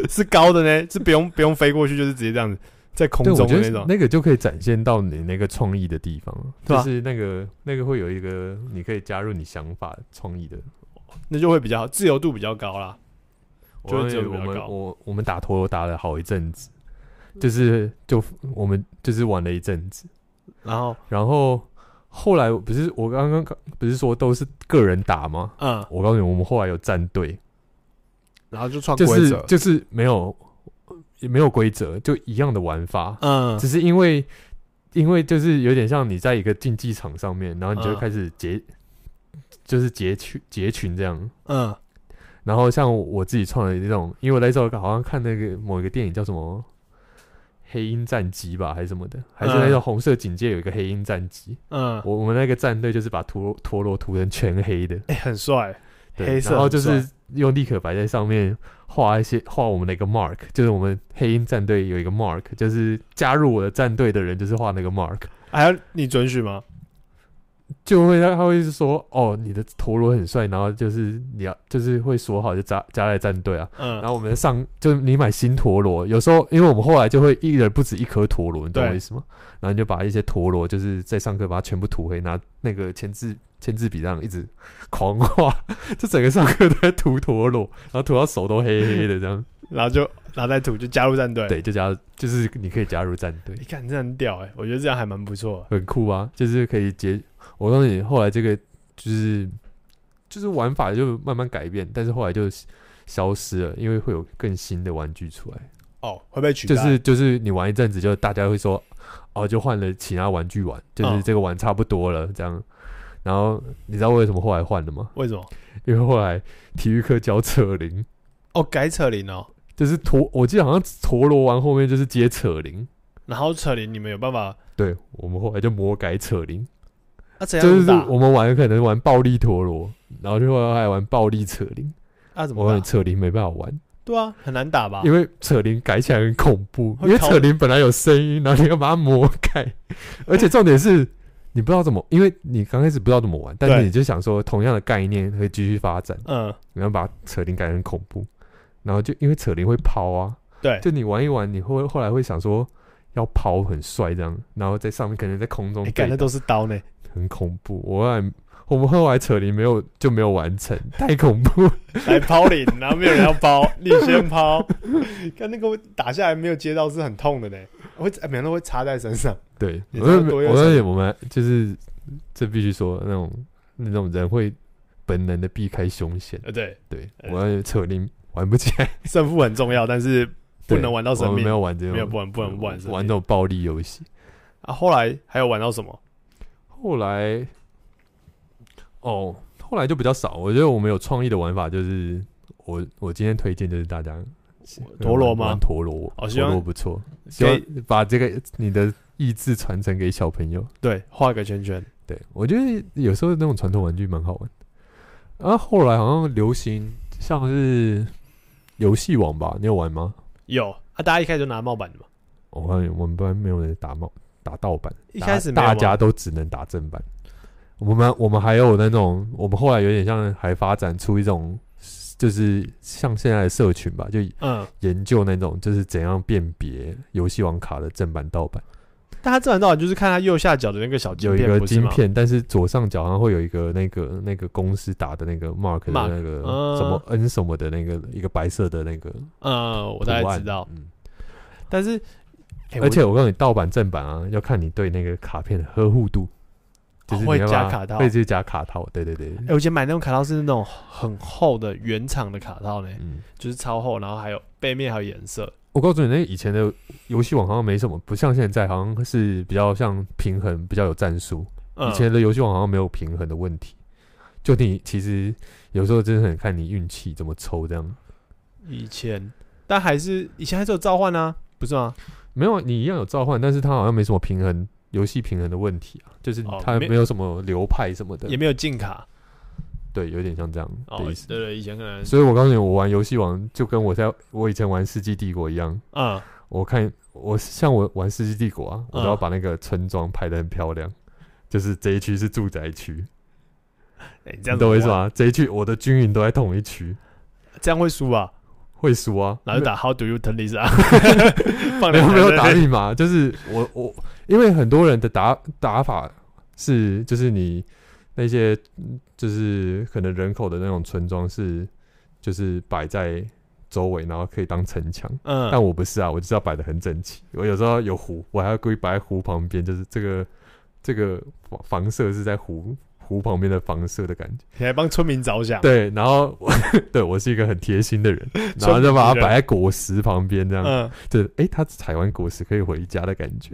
是高的呢，是不用不用飞过去，就是直接这样子在空
对，我
中
觉
的
得
那种，
那个就可以展现到你那个创意的地方，
对
就
啊
是那个那个会有一个你可以加入你想法创意的。
那就会比较好，自由度比较高啦。
我
就是这个
我
比较
们
高
我我们打陀螺打了好一阵子，就是就我们就是玩了一阵子，
然后
然后后来不是我刚刚不是说都是个人打吗？
嗯，
我告诉你，我们后来有战队，
然后就创
就
啊规
是
则，
就是没有也没有规则，就一样的玩法，
嗯
只是因为因为就是有点像你在一个竞技场上面，然后你就
嗯
开始结、就是结群结群这样。
嗯
然后像我自己创的这种，因为我那时候好像看那个某一个电影叫什么《黑鹰战机》吧，还是什么的，还是那种红色警戒有一个黑鹰战机。
嗯，
我我们那个战队就是把陀陀螺涂成全黑的，
哎，很帅，
对
黑色
然后就
很
是用立可白在上面画一些画我们的一个 mark，就是我们黑鹰战队有一个 mark，就是加入我的战队的人就是画那个 mark。
还要你准许吗？
就会他他会是说哦，你的陀螺很帅，然后就是你要就是会说好就加加来战队啊。
嗯
然，后我们上就是你买新陀螺，有时候因为我们后来就会一人不止一颗陀螺，你懂我
对
意思吗？然后你就把一些陀螺就是在上课把它全部涂黑，拿那个签字签字笔这样一直 狂画， 就整个上课都在涂陀螺，然后涂到手都黑黑的这样。
然后就然后再涂就加入战队。，
对，就加就是你可以加入战队
你，看这很屌哎、我觉得这样还蛮不错的。
很酷啊，就是可以结。我告诉你，后来这个就是就是玩法就慢慢改变，但是后来就消失了，因为会有更新的玩具出来。
哦，会被取代，
就是就是你玩一阵子，就大家会说，哦，就换了其他玩具玩，就是
嗯
这个玩差不多了这样。然后你知道为什么后来换了吗？
为什么？
因为后来体育课教扯铃，
哦，改扯铃哦，
就是陀，我记得好像陀螺完后面就是接扯铃。
然后扯铃你们有办法？
对我们后来就魔改扯铃，
那、怎
就
样
是
打？
我们玩可能玩暴力陀螺，然后就后来玩暴力扯铃。
那、啊怎
我
么
很
打？
扯铃没办法玩，
对啊，很难打吧？
因为扯铃改起来很恐怖，因
会
为
烤
扯铃本来有声音，然后你要把它魔 改，而且重点是你不知道怎么，因为你刚开始不知道怎么玩，但是
对
你就想说同样的概念会继续发展，
嗯，
然后把扯铃改得很恐怖，然后就因为扯铃会抛啊，
对
就你玩一玩，你会后来会想说要抛很帅这样，然后在上面可能在空中
你
对
感
打
觉哎都是刀呢。
很恐怖，我后来我们后来扯铃没有就没有完成，太恐怖了，
来抛铃，然后没有人要抛，你先抛， 看那个打下来没有接到是很痛的呢，会哎每人都会插在身上。
对，
你
我
知道
认为
多忧
我
伤
认为我们就是这必须说那种那种人会本能的避开凶险。
呃，对，
对，
哎
我要扯铃玩不起来，
胜负很重要，但是 不
对
能玩到
我
生
们
命
没。有玩这种，
没有不能不能不能玩生
玩
命
那种暴力游戏。
啊，后来还有玩到什么？
后来，哦，后来就比较少。我觉得我们有创意的玩法就是，我我今天推荐就是大家
陀螺
玩
吗
玩陀螺，
哦希
陀
望
螺不错，希
可
望
以
把这个你的意志传承给小朋友。
对，画个圈圈。
对，我觉得有时候那种传统玩具蛮好玩。啊，后来好像流行像是游戏王吧，你有玩吗？
有啊，大家一开始就拿帽板的嘛，
我看我们班没有人打帽打盗版，
一开始没有
大
吗
大家都只能打正版。我们我们还有那种，我们后来有点像还发展出一种，就是像现在的社群吧，就
嗯，
研究那种就是怎样辨别游戏王卡的正版盗版。
大家自然到底就是看它右下角的那个小
有
晶
一
片，
个
不是
晶
吗？
片，但是左上角好像会有一个那个那个公司打的那个 mark 的
Mark，
那个
嗯
什么 N 什么的那个一个白色的那个
嗯，我
图
大概
案
知道，，
嗯
但是，哎
而且我告诉你，盗版正版啊，要看你对那个卡片的呵护度，就是
哦会
你要
加
把
卡套
会去加卡套，对对对，
我哎，我以前买那种卡套是那种很厚的原厂的卡套呢，
嗯，
就是超厚，然后还有背面还有颜色，
我告诉你，那以前的游戏网好像没什么，不像现在好像是比较像平衡，比较有战术，
嗯
以前的游戏王好像没有平衡的问题，就你其实有时候真的很看你运气怎么抽这样。
以前，但还是以前还是有召唤啊，不是吗？
没有，你一样有召唤，但是它好像没什么平衡游戏平衡的问题啊，就是
哦
它
没
没有什么流派什么的，
也没有进卡
对，有点像这样
哦，
的意
对
思。
对，以前可能，
所以我告诉你，我玩游戏王就跟我在我以前玩《世纪帝国》一样，
嗯，
我看我像我玩《世纪帝国》啊，我都要
嗯
把那个村庄拍得很漂亮。就是这一区是住宅区，
哎，你
你
这样
懂我意思
怎么玩？
吗？这一区我的军营都在同一区，
这样会输啊，
会输啊。
然后就打 How do you turn this 啊？放
没有
两
没
台
有
在
打
那边
密码，就是 我我因为很多人的打打法是就是你那些嗯就是可能人口的那种村庄是就是摆在周围，然后可以当城墙。
嗯，
但我不是啊，我就是要摆的很整齐。我有时候有湖，我还要故意摆在湖旁边，就是这个这个房房舍是在湖湖旁边的房舍的感觉。
你还帮村民着想，
对，然后对我 是一个很贴心 的人，然后
村
就把它
民人
摆在果实旁边这样。
嗯，
对，哎、他采完果实可以回家的感觉，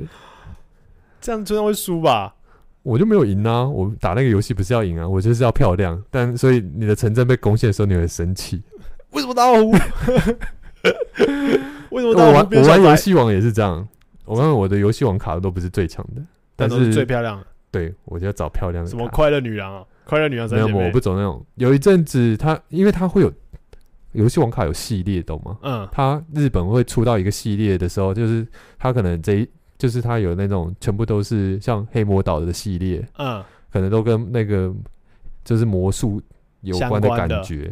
这样真的会输吧？
我就没有赢啊！我打那个游戏不是要赢啊，我就是要漂亮。但所以你的城镇被攻陷的时候，你会生气。
为什么打我湖？ 为什么
我
打我
玩
湖变
我
小
玩游
白？
戏王也是这样，我看我的游戏王卡都不是最强的，但
但都是
是
最漂亮的，
对我就要找漂亮的
什么
卡
快乐女郎啊，快乐女郎
没
三
有，
姐
我
妹
不，走那种。有一阵子它因为它会有游戏王卡有系列，懂吗？
嗯
它日本会出到一个系列的时候，就是它可能这一就是它有那种全部都是像黑魔岛的系列，
嗯，
可能都跟那个就是魔术有关的感
相
觉。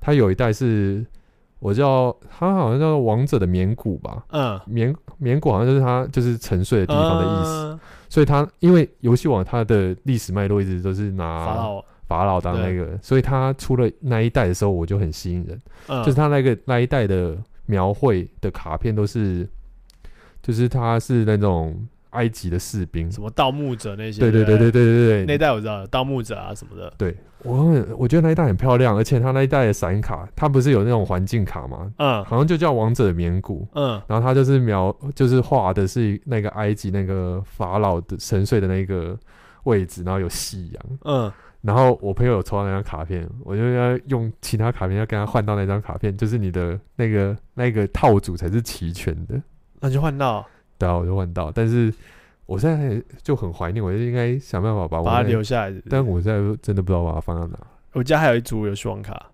它有一代是，我叫它好像叫做王者的绵骨吧，
嗯，
绵绵骨好像就是它就是沉睡的地方的意思。
嗯，
所以它因为游戏王它的历史脉络一直都是
法
拿
老，
法老当那个，所以它出了那一代的时候我就很吸引人，
嗯，
就是它那个那一代的描绘的卡片都是，就是它是那种埃及的士兵，
什么盗墓者那些，
对对
对
对对对对对
那一代我知道，盗墓者啊什么的，
对我我觉得那一代很漂亮，而且它那一代的闪卡，它不是有那种环境卡吗？
嗯
好像就叫王者的冕骨，
嗯
然后它就是描就是画的是那个埃及那个法老的沉睡的那个位置，然后有夕阳。
嗯，
然后我朋友有抽到那张卡片，我就要用其他卡片要跟他换到那张卡片，就是你的那个那个套组才是齐全的。
那就换到
对啊，我就换到，但是我现在就很怀念，我就应该想办法把我
把它
那
留下来是不是。
哦但我现在真的不知道把它放到哪。
我家还有一组游戏王卡，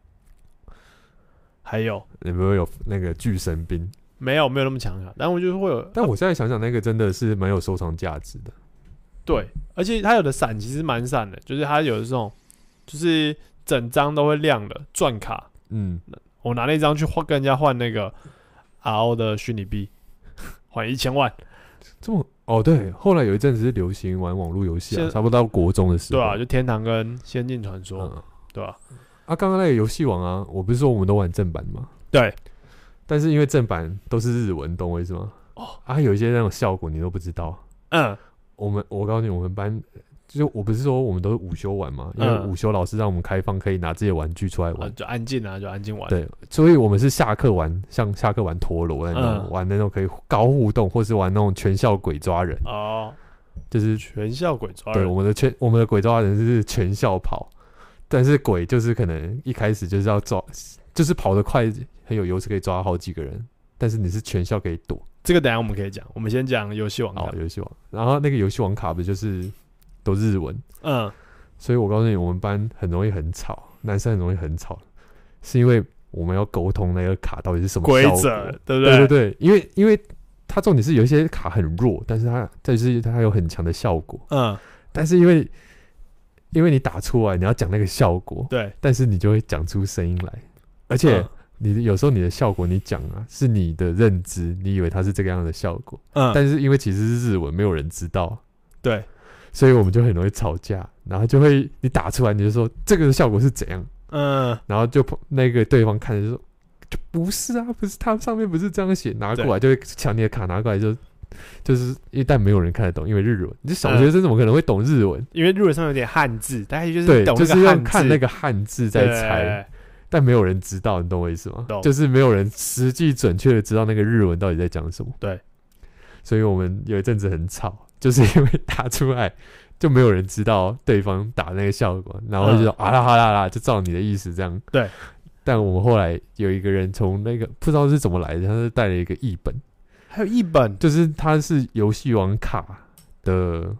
还有
你不会有那个巨神兵？
没有没有那么强啊？但我就是会有，
但我现在想想，那个真的是蛮有收藏价值的。
对，而且它有的闪其实蛮闪的，就是它有的这种，就是整张都会亮的钻卡。
嗯，
我拿那张去换跟人家换那个 RO 的虚拟币， 换一千万，
这么哦，对，后来有一阵子是流行玩网络游戏啊，
现
差不多到国中的时
对
候。
啊，就天堂跟仙境传说，
嗯，
对吧、
啊，刚刚那个游戏王啊，我不是说我们都玩正版吗？
对，
但是因为正版都是日文，懂我意思吗？
哦，
啊，有一些那种效果你都不知道。
嗯
我们我告诉你，我们班就是我不是说我们都是午休玩嘛，因为
嗯
午休老师让我们开放可以拿这些玩具出来
啊
玩，
就安静啊，就安静玩。
对所以我们是下课玩，像下课玩陀螺那种，
嗯
玩那种可以高互动，或是玩那种全校鬼抓人，
哦，
就是
全校鬼抓
对
人，
我们的全我们的鬼抓人是全校跑，但是鬼就是可能一开始就是要抓，就是跑得快很有优势，可以抓好几个人，但是你是全校可以躲。
这个等一下我们可以讲，我们先讲游戏王卡
哦，。游戏王，然后那个游戏王卡不就是都日文，
嗯，
所以我告诉你，我们班很容易很吵，男生很容易很吵，是因为我们要沟通那个卡到底是什么
规
效果
则对不
对对
对？
对，因为因为它重点是有一些卡很弱，但是它但是它有很强的效果，
嗯，
但是因为因为你打出来你要讲那个效果，
对，
但是你就会讲出声音来，而
嗯
且你的有时候你的效果你讲啊是你的认知，你以为它是这个样的效果，
嗯，嗯
但是因为其实是日文，没有人知道，
对，
所以我们就很容易吵架，然后就会你打出来你就说这个效果是怎样，
嗯，
然后就碰那个对方看着就说就不是啊，不是它上面不是这样写，拿过来就会抢你的卡拿过来就就是一旦没有人看得懂，因为日文，你小学生怎么可能会懂日文？
因为日文上面有点汉字，大概就是
对，
懂
就是
那
要
个
看
汉
那
字
个汉字在猜，，但没有人知道，你懂我意思吗
懂？
就是没有人实际准确的知道那个日文到底在讲什么。
对，
所以我们有一阵子很吵， 就是因为打出来就没有人知道对方打那个效果，然后就说、啊啦哈啦啦，就照你的意思这样。
嗯对。
但我们后来有一个人从那个不知道是怎么来的，他是带了一个译本，
还有一本，
就是他是游戏王卡的，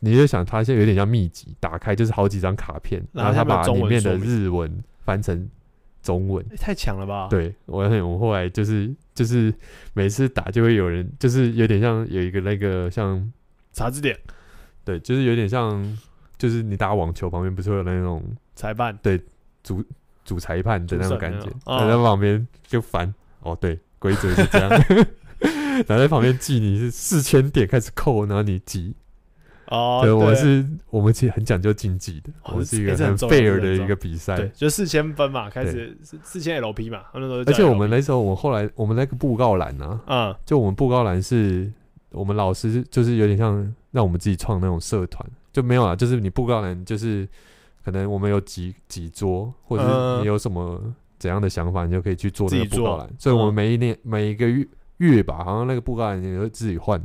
你就想他现在有点像秘籍，打开就是好几张卡片，然
然
后他
后下面有
把
中
里
文
面的
说明
日文翻成中文。
诶太强了吧？，
对，我很我后来就是就是每次打就会有人，就是有点像有一个那个像
查字典
对，就是有点像就是你打网球旁边不是会有那种
裁判，
主裁判的那种感觉
主审，
他
那种哦
在旁边就烦哦，对，规则是这样， 然后在旁边记你是四千点开始扣，然后你记。
哦，
对，
对，
我是我们其实很讲究竞技的，
哦
我们
这
是一
哎
个
这很
很
重要这
fair
很
的
重
一个比赛，
对，就四千分嘛，开始四四千 LP 嘛，他们那时候就
而且
叫
我们
LP
那时候，我后来我们那个布告栏啊，
嗯
就我们布告栏是我们老师就是有点像让我们自己创那种社团，就没有啊，就是你布告栏就是可能我们有几几桌，或者
嗯
是你有什么怎样的想法，你就可以去做那
自
个
己
布告
做
栏。所以我
嗯
们每一年、每一个月月吧，好像那个布告栏也会自己换，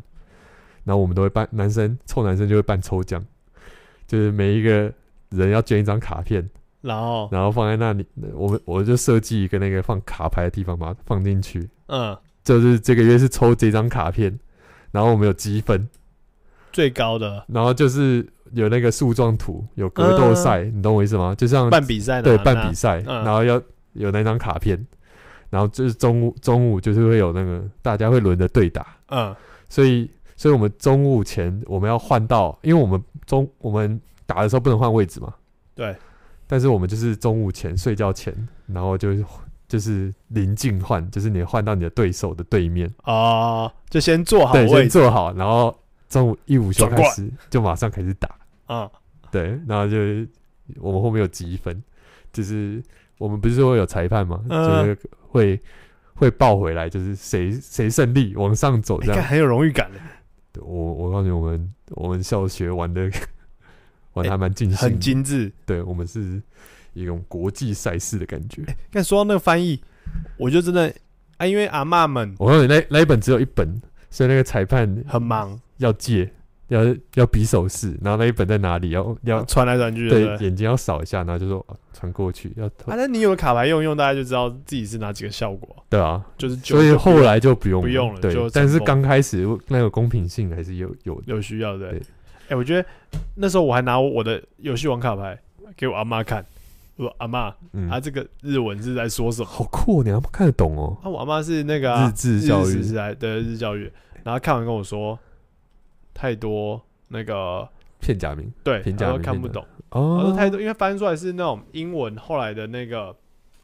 然后我们都会办男生臭男生就会办抽奖，就是每一个人要捐一张卡片，
然后
然后放在那里，我们我就设计一个那个放卡牌的地方，把它放进去。
嗯，
就是这个月是抽这张卡片，然后我们有积分，
最高的
然后就是有那个树状图，有格斗
呃
赛，你懂我意思吗？就像
办比赛，
嗯对办比，赛，
嗯
然后要有那张卡片，然后就是中午中午就是会有那个大家会轮着对打，
嗯
所以所以我们中午前我们要换到，因为我们中我们打的时候不能换位置嘛，
对，
但是我们就是中午前睡觉前，然后就是就是临近换，就是你换到你的对手的对面。
哦，就先做好
对，
位
先
置，
做好，然后中午一午休
转
开
过来
始就马上开始打，
嗯
对，然后就我们后面有积分，就是我们不是说有裁判嘛，就
嗯
是会会报回来，就是谁谁胜利往上走
哎
这
看
样，
很有荣誉感的，
对我我告诉你，我们我们校学玩 的玩的还蛮尽兴的、
哎很精致。
对我们是一种国际赛事的感觉。
但说到那个翻译，我就真的啊，因为阿嬷们
我告诉你，那那一本只有一本，所以那个裁判
很忙，
要借，要要比手势，然后那一本在哪里，要要
传来传去，对
对
不对？
眼睛要扫一下，然后就说啊传、过去，要投
啊，那你有了卡牌用一用，大家就知道自己是哪几个效果，
对啊，
就是久
所以
就
后来就不用
不用了就啊
对，但是
成功
刚开始那个公平性还是有有的，
有需要的。
对
哎、我觉得那时候我还拿我的游戏王卡牌给我阿妈看，我说阿妈，
嗯，
啊，这个日文是在说什么？
好酷、哦，你还看得懂哦，
啊，我阿妈是那个、啊、
日治教育
日是来对日教育，然后看完跟我说太多那个
片假名
对，
平
他
假
说
名
看
片
不
假
懂，我说
哦，
太多，因为翻出来是那种英文后来的那个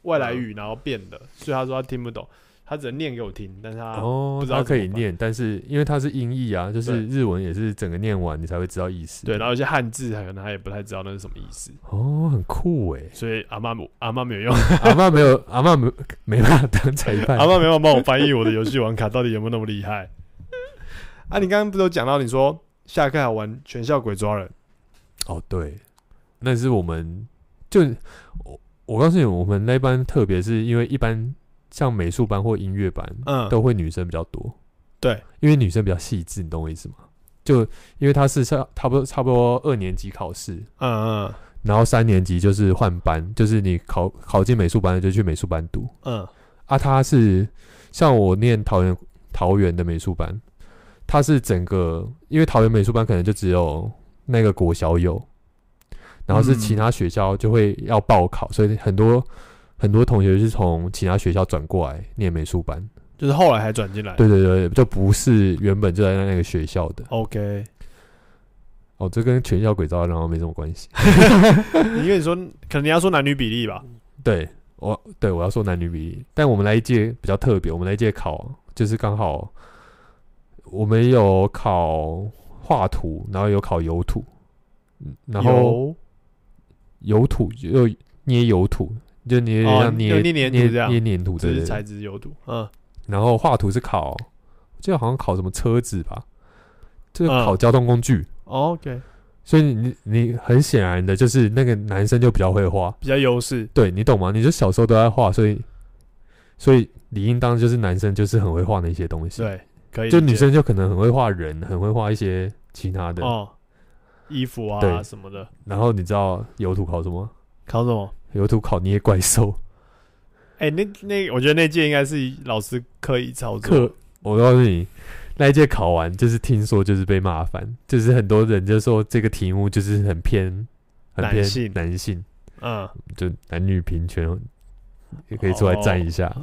外来语，然后变的，所以他说他听不懂，他只能念给我听，但是他、
哦
不，知道
它可以
怎么办
念，但是因为它是音译啊，就是
对
日文也是整个念完你才会知道意思。
对，然后有些汉字可能他也不太知道那是什么意思，。
哦，很酷哎
所以阿妈阿妈没 有用，
阿嬷没有，阿嬷没没办法当裁判。
阿妈没有帮我翻译我的游戏王卡到底有没有那么厉害。 啊，你刚刚不都讲到你说下课还玩全校鬼抓人，
哦，对，那是我们就我我告诉你，我们那班特别是因为一般像美术班或音乐班、
嗯，
都会女生比较多，
对，
因为女生比较细致，你懂我意思吗？就因为他是差差不多差不多二年级考试，
嗯嗯
然后三年级就是换班，就是你考考进美术班的就去美术班读
嗯，
啊。他是像我念桃园桃园的美术班，他是整个因为桃园美术班可能就只有那个国小有，然后是
嗯
其他学校就会要报考，所以很多很多同学是从其他学校转过来念美术班。
就是后来还转进来，
对对对，就不是原本就在那个学校的
，OK，
哦，这跟全校鬼招然后没什么关系。
你因为你说可能你要说男女比例吧，
对我对我要说男女比例，但我们那一届比较特别，我们那一届考就是刚好我们有考画图，然后有考油土，嗯然后
有
油土又捏油土，就捏
哦
像捏、
就捏黏土
捏
这样
捏黏土
这
对
是
对
材
对。
质有毒，嗯，
然后画图是考，我记得好像考什么车子吧，就是
嗯
考交通工具。
哦 OK，
所以你你很显然的就是那个男生就比较会画，
比较优势。
对你懂吗？你就小时候都在画，所以所以理应当就是男生就是很会画那些东西，，
对，可以理解。
就女生就可能很会画人，很会画一些其他的。
哦，衣服啊
对
什么的，
然后你知道油土考什么？
考什么？
油土考捏怪兽
哎、那那我觉得那届应该是老师刻意操作
课，，我告诉你。那一届考完，就是听说就是被骂翻，就是很多人就说这个题目就是很偏，很偏
男性
男性，
嗯，
就男女平权，也可以出来站一下。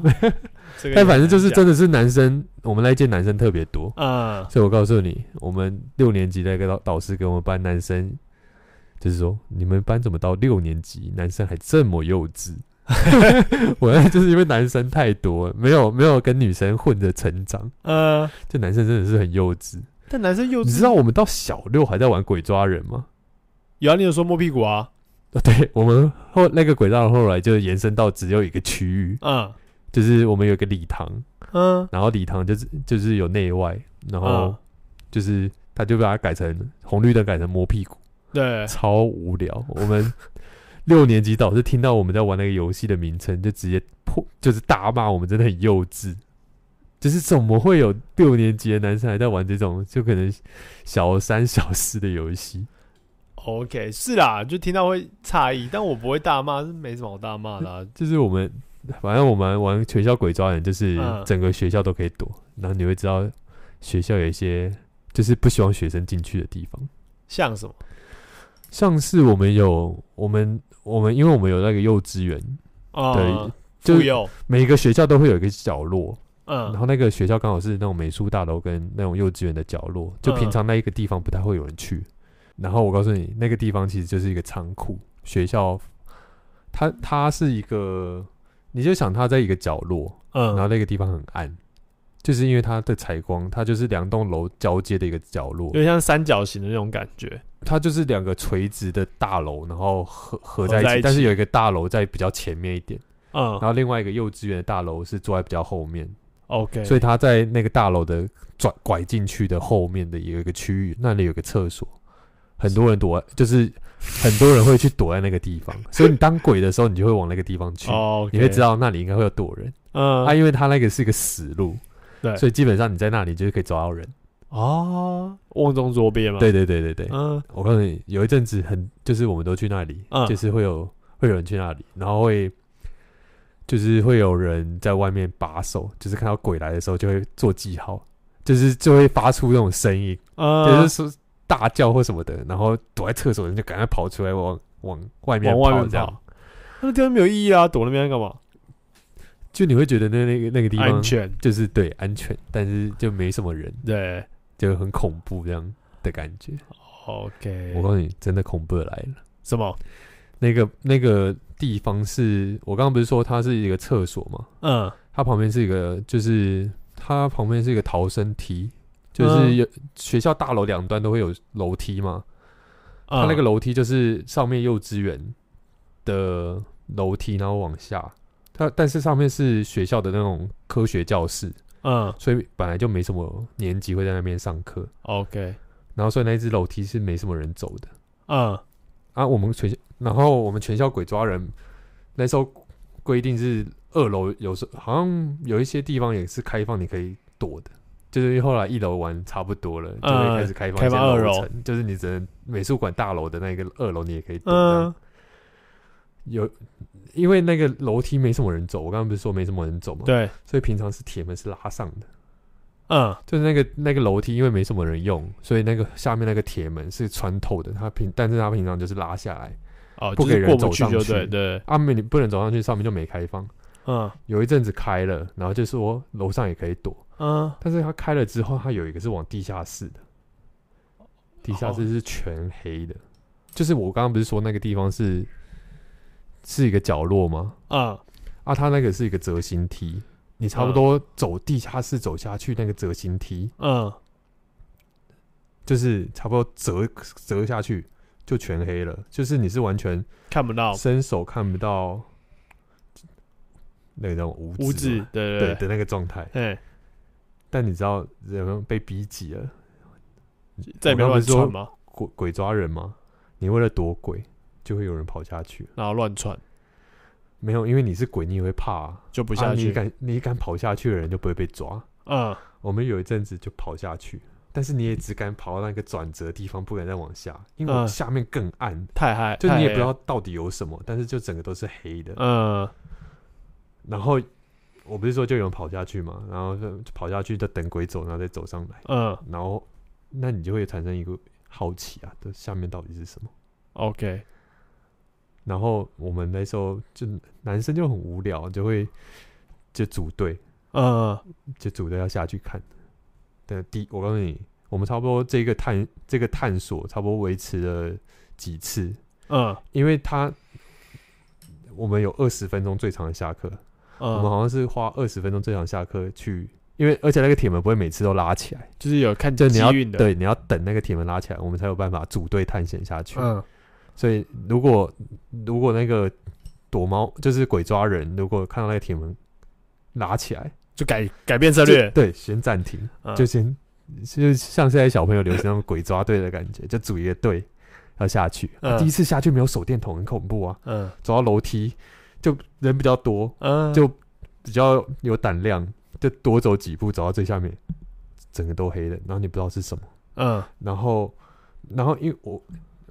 这 个
但
也
反正就是
哦很难
真的是男生，我们那一届男生特别多，
讲，嗯，
所以我告诉你，我们六年级那个导导师给我们班男生，就是说你们班怎么到六年级男生还这么幼稚？ 我那就是因为男生太多，没有没有跟女生混着成长，
呃，
这男生真的是很幼稚。
但男生幼稚，
你知道我们到小六还在玩鬼抓人吗？
有啊，你有说摸屁股啊，
哦，对，我们后那个鬼抓人后来就延伸到只有一个区域，
嗯
就是我们有一个礼堂，
嗯，
然后礼堂就是就是有内外，然后
嗯
就是他就把它改成红绿灯改成摸屁股，
对，
超无聊。我们六年级导师听到我们在玩那个游戏的名称，就直接破，就是大骂我们真的很幼稚。就是怎么会有六年级的男生还在玩这种就可能小三小四的游戏？
哦 OK，是啦，就听到会诧异，但我不会大骂，是没什么好大骂的、啊。
就是我们反正我们玩全校鬼抓人，就是
嗯
整个学校都可以躲，然后你会知道学校有一些就是不希望学生进去的地方。
像什么？
上次我们有我们我们，因为我们有那个幼稚园，
啊、
对就
妇
是
幼，
每个学校都会有一个角落，然
嗯，
后那个学校刚好是那种美术大楼跟那种幼稚园的角落，就平常那一个地方不太会有人去。然后我告诉你，那个地方其实就是一个仓库，学校它它是一个，你就想它在一个角落，然后
嗯，
那个地方很暗，就是因为它的采光，它就是两栋楼交接的一个角落
有，点像三角形的那种感觉。
它就是两个垂直的大楼，然后合合在一
合在一
起，
起
但是有一个大楼在比较前面一点，
嗯
然后另外一个幼稚园的大楼是坐在比较后面，
OK，
所以他在那个大楼的转拐进去的后面的有一个区域，那里有个厕所，很多人躲在，就是很多人会去躲在那个地 方。所以你当鬼的时候，你就会往那个地方去，
哦，
你会知
道，
道那里应该会有躲人。
嗯，
啊，因为他那个是一个死路，
对
所以基本上你在那里就是可以找到人。
哦，瓮中捉鳖嘛，
对，对对对对，
嗯，
我告诉你，有一阵子很，就是我们都去那里，
嗯
就是会有会有人去那里，然后会就是会有人在外面把守，就是看到鬼来的时候就会做记号，就是就会发出那种声音，就
嗯
是，说大叫或什么的，然后躲在厕所的人就赶快跑出来往往外面
往外面
这样，
跑那个地方没有意义啊，躲那边干嘛？
就你会觉得那那个那个地
安
方
全，
就是对安全，但是就没什么人，
对
就很恐怖这样的感觉。
，OK，
我告诉你，真的恐怖的来了。
什么？
那个那个地方是我刚刚不是说它是一个厕所嘛？
嗯，
它旁边是一个，就是它旁边是一个逃生梯，就
嗯
是有、学校大楼两端都会有楼梯嘛。它
嗯
那个楼梯就是上面幼稚园的楼梯，然后往下。它但是上面是学校的那种科学教室，
嗯
所以本来就没什么年级会在那边上课，
，OK，
然后所以那一只楼梯是没什么人走的。
嗯
啊，我们全校，然后我们全校鬼抓人，那时候规定是二楼，有时好像有一些地方也是开放，你可以躲的。就是后来一楼玩差不多了，就会开始开放
呃开
一些
放二
楼
楼
层，就是你只能美术馆大楼的那个二楼，你也可以躲。
嗯，
有，因为那个楼梯没什么人走，我刚刚不是说没什么人走嘛，
对，
所以平常是铁门是拉上的，
嗯
就是那个那个楼梯，因为没什么人用，所以那个下面那个铁门是穿透的，它平但是它平常就是拉下来，
哦，
不
就是
给人
过
走
不去
上
就
去
对对，
啊，没你不能走上去，上面就没开放。
嗯
有一阵子开了，然后就说楼上也可以躲，
嗯，
但是它开了之后，它有一个是往地下室的，地下
哦
室是全黑的，就是我刚刚不是说那个地方是是一个角落吗？
嗯，
啊，它那个是一个折形梯，你差不多走地下室走下去那个折形梯，
嗯，
就是差不多折折下去就全黑了，就是你是完全
看不到
伸手看不到那个叫什么五
五指
嘛，对
对对
的那个状态。
对，哎，
但你知道人们被逼急了，
再也
我
没
刚
有
不
乱
是说
窜嘛，
鬼鬼抓人吗？你为了躲鬼，就会有人跑下去。
然后乱窜
没有，因为你是鬼，你也会怕、啊。
就不
不
下
你
去，
敢你敢跑下去的人就不会被抓。
嗯，
我们有一阵子就跑下去，但是你也只敢跑到那个转折地方，不敢再往下，因为
嗯
下面更暗，
太嗨，
就
太
你也
嗨
不知道
了，
到底有什么，但是就整个都是黑的。
嗯
然后我不是说就有人跑下去嘛，然后就就跑下去就等鬼走，然后再走上来，
嗯
然后那你就会产生一个好奇啊，这下面到底是什么？
，OK，
然后我们那时候就男生就很无聊，就会就组队，
嗯
就组队要下去看。但第我告诉你，我们差不多这个探这个探索差不多维持了几次，
嗯
因为他我们有二十分钟最长的下课，我们
嗯，
好像是花二十分钟最长下课去，因为而且那个铁门不会每次都拉起来，
就是有看
就
机
你要
运的，，
对你要等那个铁门拉起来，我们才有办法组队探险下去。
嗯
所以如果如果那个躲猫就是鬼抓人，如果看到那个铁门拉起来，
就改改变策
就
略，
对，先暂停，
嗯
就先就像现在小朋友流行那种鬼抓队的感觉，就组一个队要下去、啊
嗯
第一次下去没有手电筒，很恐怖啊！
嗯
走到楼梯就人比较多，
嗯，
就比较有胆量，就多走几步走到最下面，整个都黑的，然后你不知道是什么。
嗯
然后，然后因为我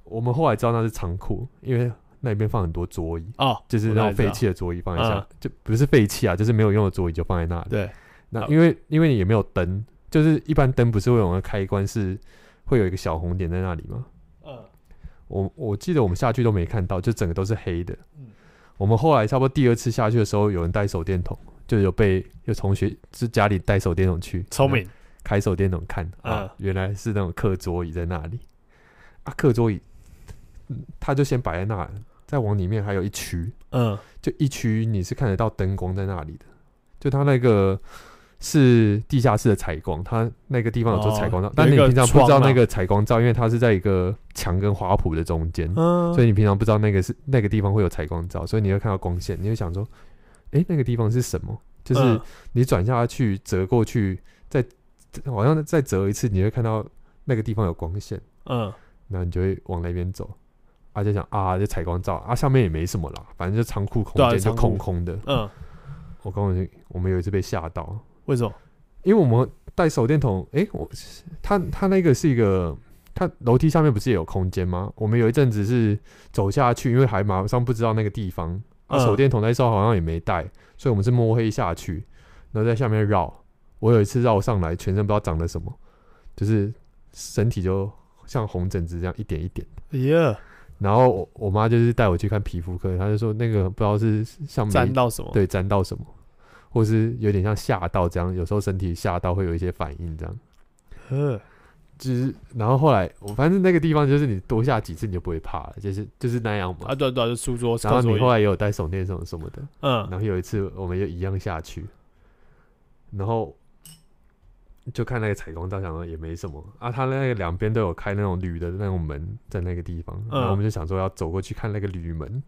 我们后来知道那是仓库，因为那里面放很多桌椅，
哦，
就是
我
那
大概
种
知
废
道，
弃的桌椅放一下，
嗯
就不是废弃啊，就是没有用的桌椅就放在那里。
对，
那
好
因为因为你也没有灯，就是一般灯不是会有那个开关是会有一个小红点在那里吗？
嗯
我我记得我们下去都没看到，就整个都是黑的。
嗯
我们后来差不多第二次下去的时候，有人带手电筒，就有被有同学是家里带手电筒去，
聪明，
开手电筒看啊，
嗯
原来是那种课桌椅在那里啊，课桌椅，嗯他就先摆在那，再往里面还有一区，
嗯
就一区你是看得到灯光在那里的，就它那个是地下室的采光，它那个地方有做采光罩，
哦
但
有
你
一个
平常不知道
窗啊
那个采光罩，因为它是在一个墙跟花圃的中间，
嗯，
所以你平常不知道那个是那个地方会有采光罩，所以你会看到光线，你会想说，诶，那个地方是什么？就是
嗯
你转下去折过去，再好像再折一次，你会看到那个地方有光线，
嗯
那你就会往那边走。啊，就想啊，就采光照啊，上面也没什么啦，反正就仓库
对
空
啊
间就
仓库
空空的。
嗯，
我跟我我们有一次被吓到，
为什么？
因为我们带手电筒，诶，我它它那个是一个，它楼梯下面不是也有空间吗？我们有一阵子是走下去，因为还马上不知道那个地方，啊，
嗯
手电筒那时候好像也没带，所以我们是摸黑下去，然后在下面绕。我有一次绕上来，全身不知道长了什么，就是身体就像红疹子这样一点一点。
耶、
然后我我妈就是带我去看皮肤科，她就说那个不知道是像霉
沾到什么？，
对沾到什么，或是有点像吓到这样，有时候身体吓到会有一些反应这样。
嗯
就是，然后后来我反正那个地方就是你多下几次你就不会怕了，就是就是那样嘛。
啊，对对，就书桌，
然后
厕所
你
椅
后来也有带手电筒什么的，
嗯
然后有一次我们就一样下去，然后就看那个采光照，想说也没什么啊。它那个两边都有开那种铝的那种门，在那个地方，
嗯
然后我们就想说要走过去看那个铝门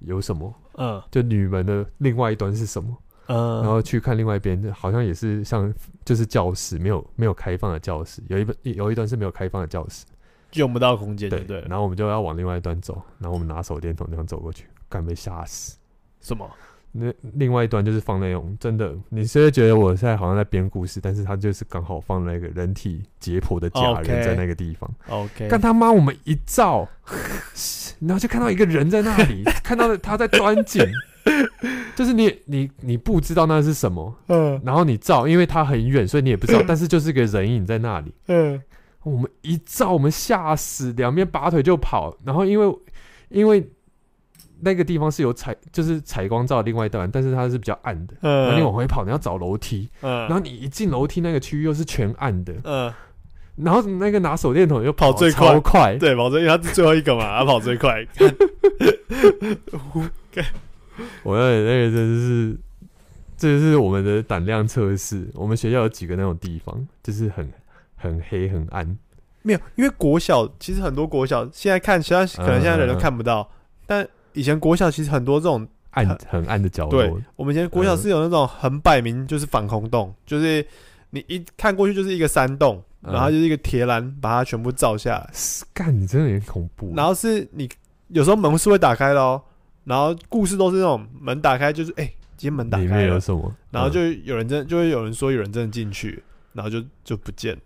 有什么，
嗯
就铝门的另外一端是什么，
嗯，
然后去看另外一边，好像也是像就是教室没有没有开放的教室，有一本有一段是没有开放的教室，
用不到空间，
对
对对了。
然后我们就要往另外一端走，然后我们拿手电筒这样走过去，干被吓死。
什么？
那另外一端就是放那种真的，你是会觉得我现在好像在编故事，但是他就是刚好放那个人体解剖的假
哦 OK
人在那个地方。
OK，
干他妈！我们一照，然后就看到一个人在那 里，看到他在钻井，就是你你你不知道那是什么，
嗯
然后你照，因为他很远，所以你也不知 道，但是就是个人影在那里。
嗯
我们一照，我们吓死，两边拔腿就跑。然后因为因为那个地方是有采，就是采光照的另外一段，但是它是比较暗的。然后你往
嗯
回跑，你要找楼梯，
嗯，
然后你一进楼梯那个区域又是全暗的，
嗯，
然后那个拿手电筒又
跑最快
超快，
对，保证因为他是最后一个嘛，他跑最快。看
我那那个真的是，这就是我们的胆量测试。我们学校有几个那种地方，就是很很黑很暗，
没有，因为国小其实很多国小现在看，现在可能现在人都看不到，但以前国小其实很多这种，
暗
它
很暗的角
嗯对
落，
我们以前国小是有那种很摆明就是防空洞，就是你一看过去就是一个山洞，
嗯
然后就是一个铁栏把它全部罩下来，
干，你真的有点恐怖。
然后是你有时候门是会打开的哦，然后故事都是那种门打开就是哎、今天门打
里
开
面
了
有，什么？
然后
嗯
就有人真的就会有人说有人真的进去，然后就就不见了，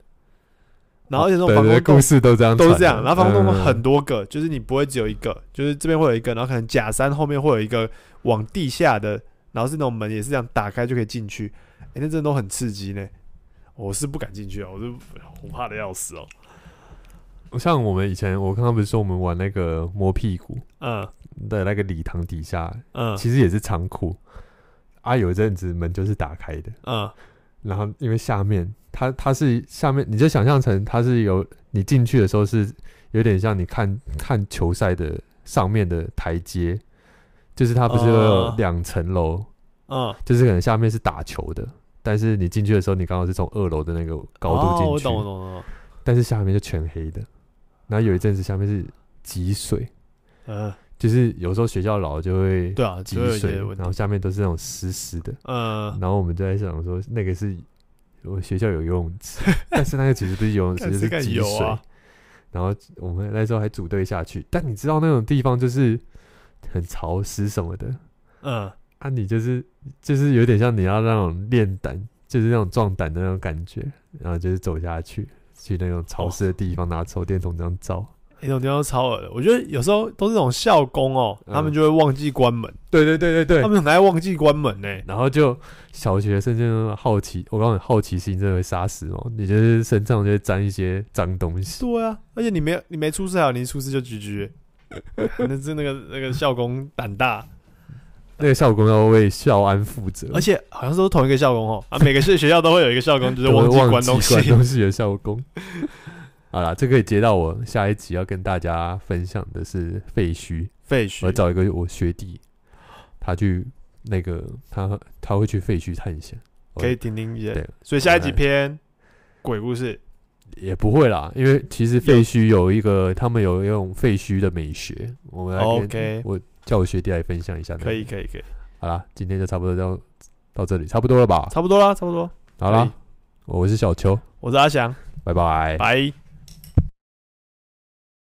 然后而且那种
对
防
哦对
空洞
故事都这样传
都
的，
是这样，然后防空洞
嗯
很多个，就是你不会只有一个，就是这边会有一个，然后可能假山后面会有一个往地下的，然后是那种门也是这样打开就可以进去，哎、那真的都很刺激呢。我是不敢进去啊，我是我怕的要死哦、
像我们以前，我刚刚不是说我们玩那个摸屁股
嗯
的那个礼堂底下，
嗯
其实也是仓库啊。有一阵子门就是打开的，
嗯
然后因为下面它它是下面，你就想象成它是有你进去的时候是有点像你看看球赛的上面的台阶，就是它不是有
哦
两层楼，
嗯，
就是可能下面是打球的，但是你进去的时候，你刚好是从二楼的那个高度进去，
哦我懂我懂我懂。
但是下面就全黑的。然后有一阵子下面是积水，
嗯，
就是有时候学校老就会
对啊，
积
就有一
水
些，问
然
题。
后下面都是那种湿湿的。
嗯，
然后我们就在想说，那个是我学校有游泳 池，但是那个其实不是游泳池，
干
就是
干
是积
有
水。
啊
然后我们那时候还组队下去，但你知道那种地方就是很潮湿什么的
嗯，
啊，你就是就是有点像你要那种练胆，就是那种壮胆的那种感觉，然后就是走下去。去那种
哦
潮湿的地方拿手电筒这样照，
那种地方都超恶的。我觉得有时候都是那种校工哦、
嗯
他们就会忘记关门，
对对对对对
他们很爱忘记关门呢、
啊然后就小学生就好奇，我告诉你，好奇心真的会杀死哦。你就是身上就会沾一些脏东西，
对啊，而且你没你没出事啊好，你一出事 就 GG，那是那个那个校工胆大，
那个校工要为校安负责，
而且好像是都同一个校工哦，啊，每个学学校都会有一个校工，就是
我
忘
忘
记
记
关东西。
关东西的校工。好啦，这可以接到我下一集要跟大家分享的是废墟。
废
我要
墟，
找一个我学弟，他去那个他他会去废墟探险，
可以听听一些
对。哎
所以下一
我
集
来
篇鬼故事，
也不会啦，因为其实废墟有一个他们有用废墟的美学，我们来跟
OK
我叫我学弟来分享一下、那个
可以可以可以，
好啦，今天就差不多到到这里差不多了吧？
差不多啦，差不多。
好
可以
啦，我是小邱，
我是阿翔，
拜拜。
拜。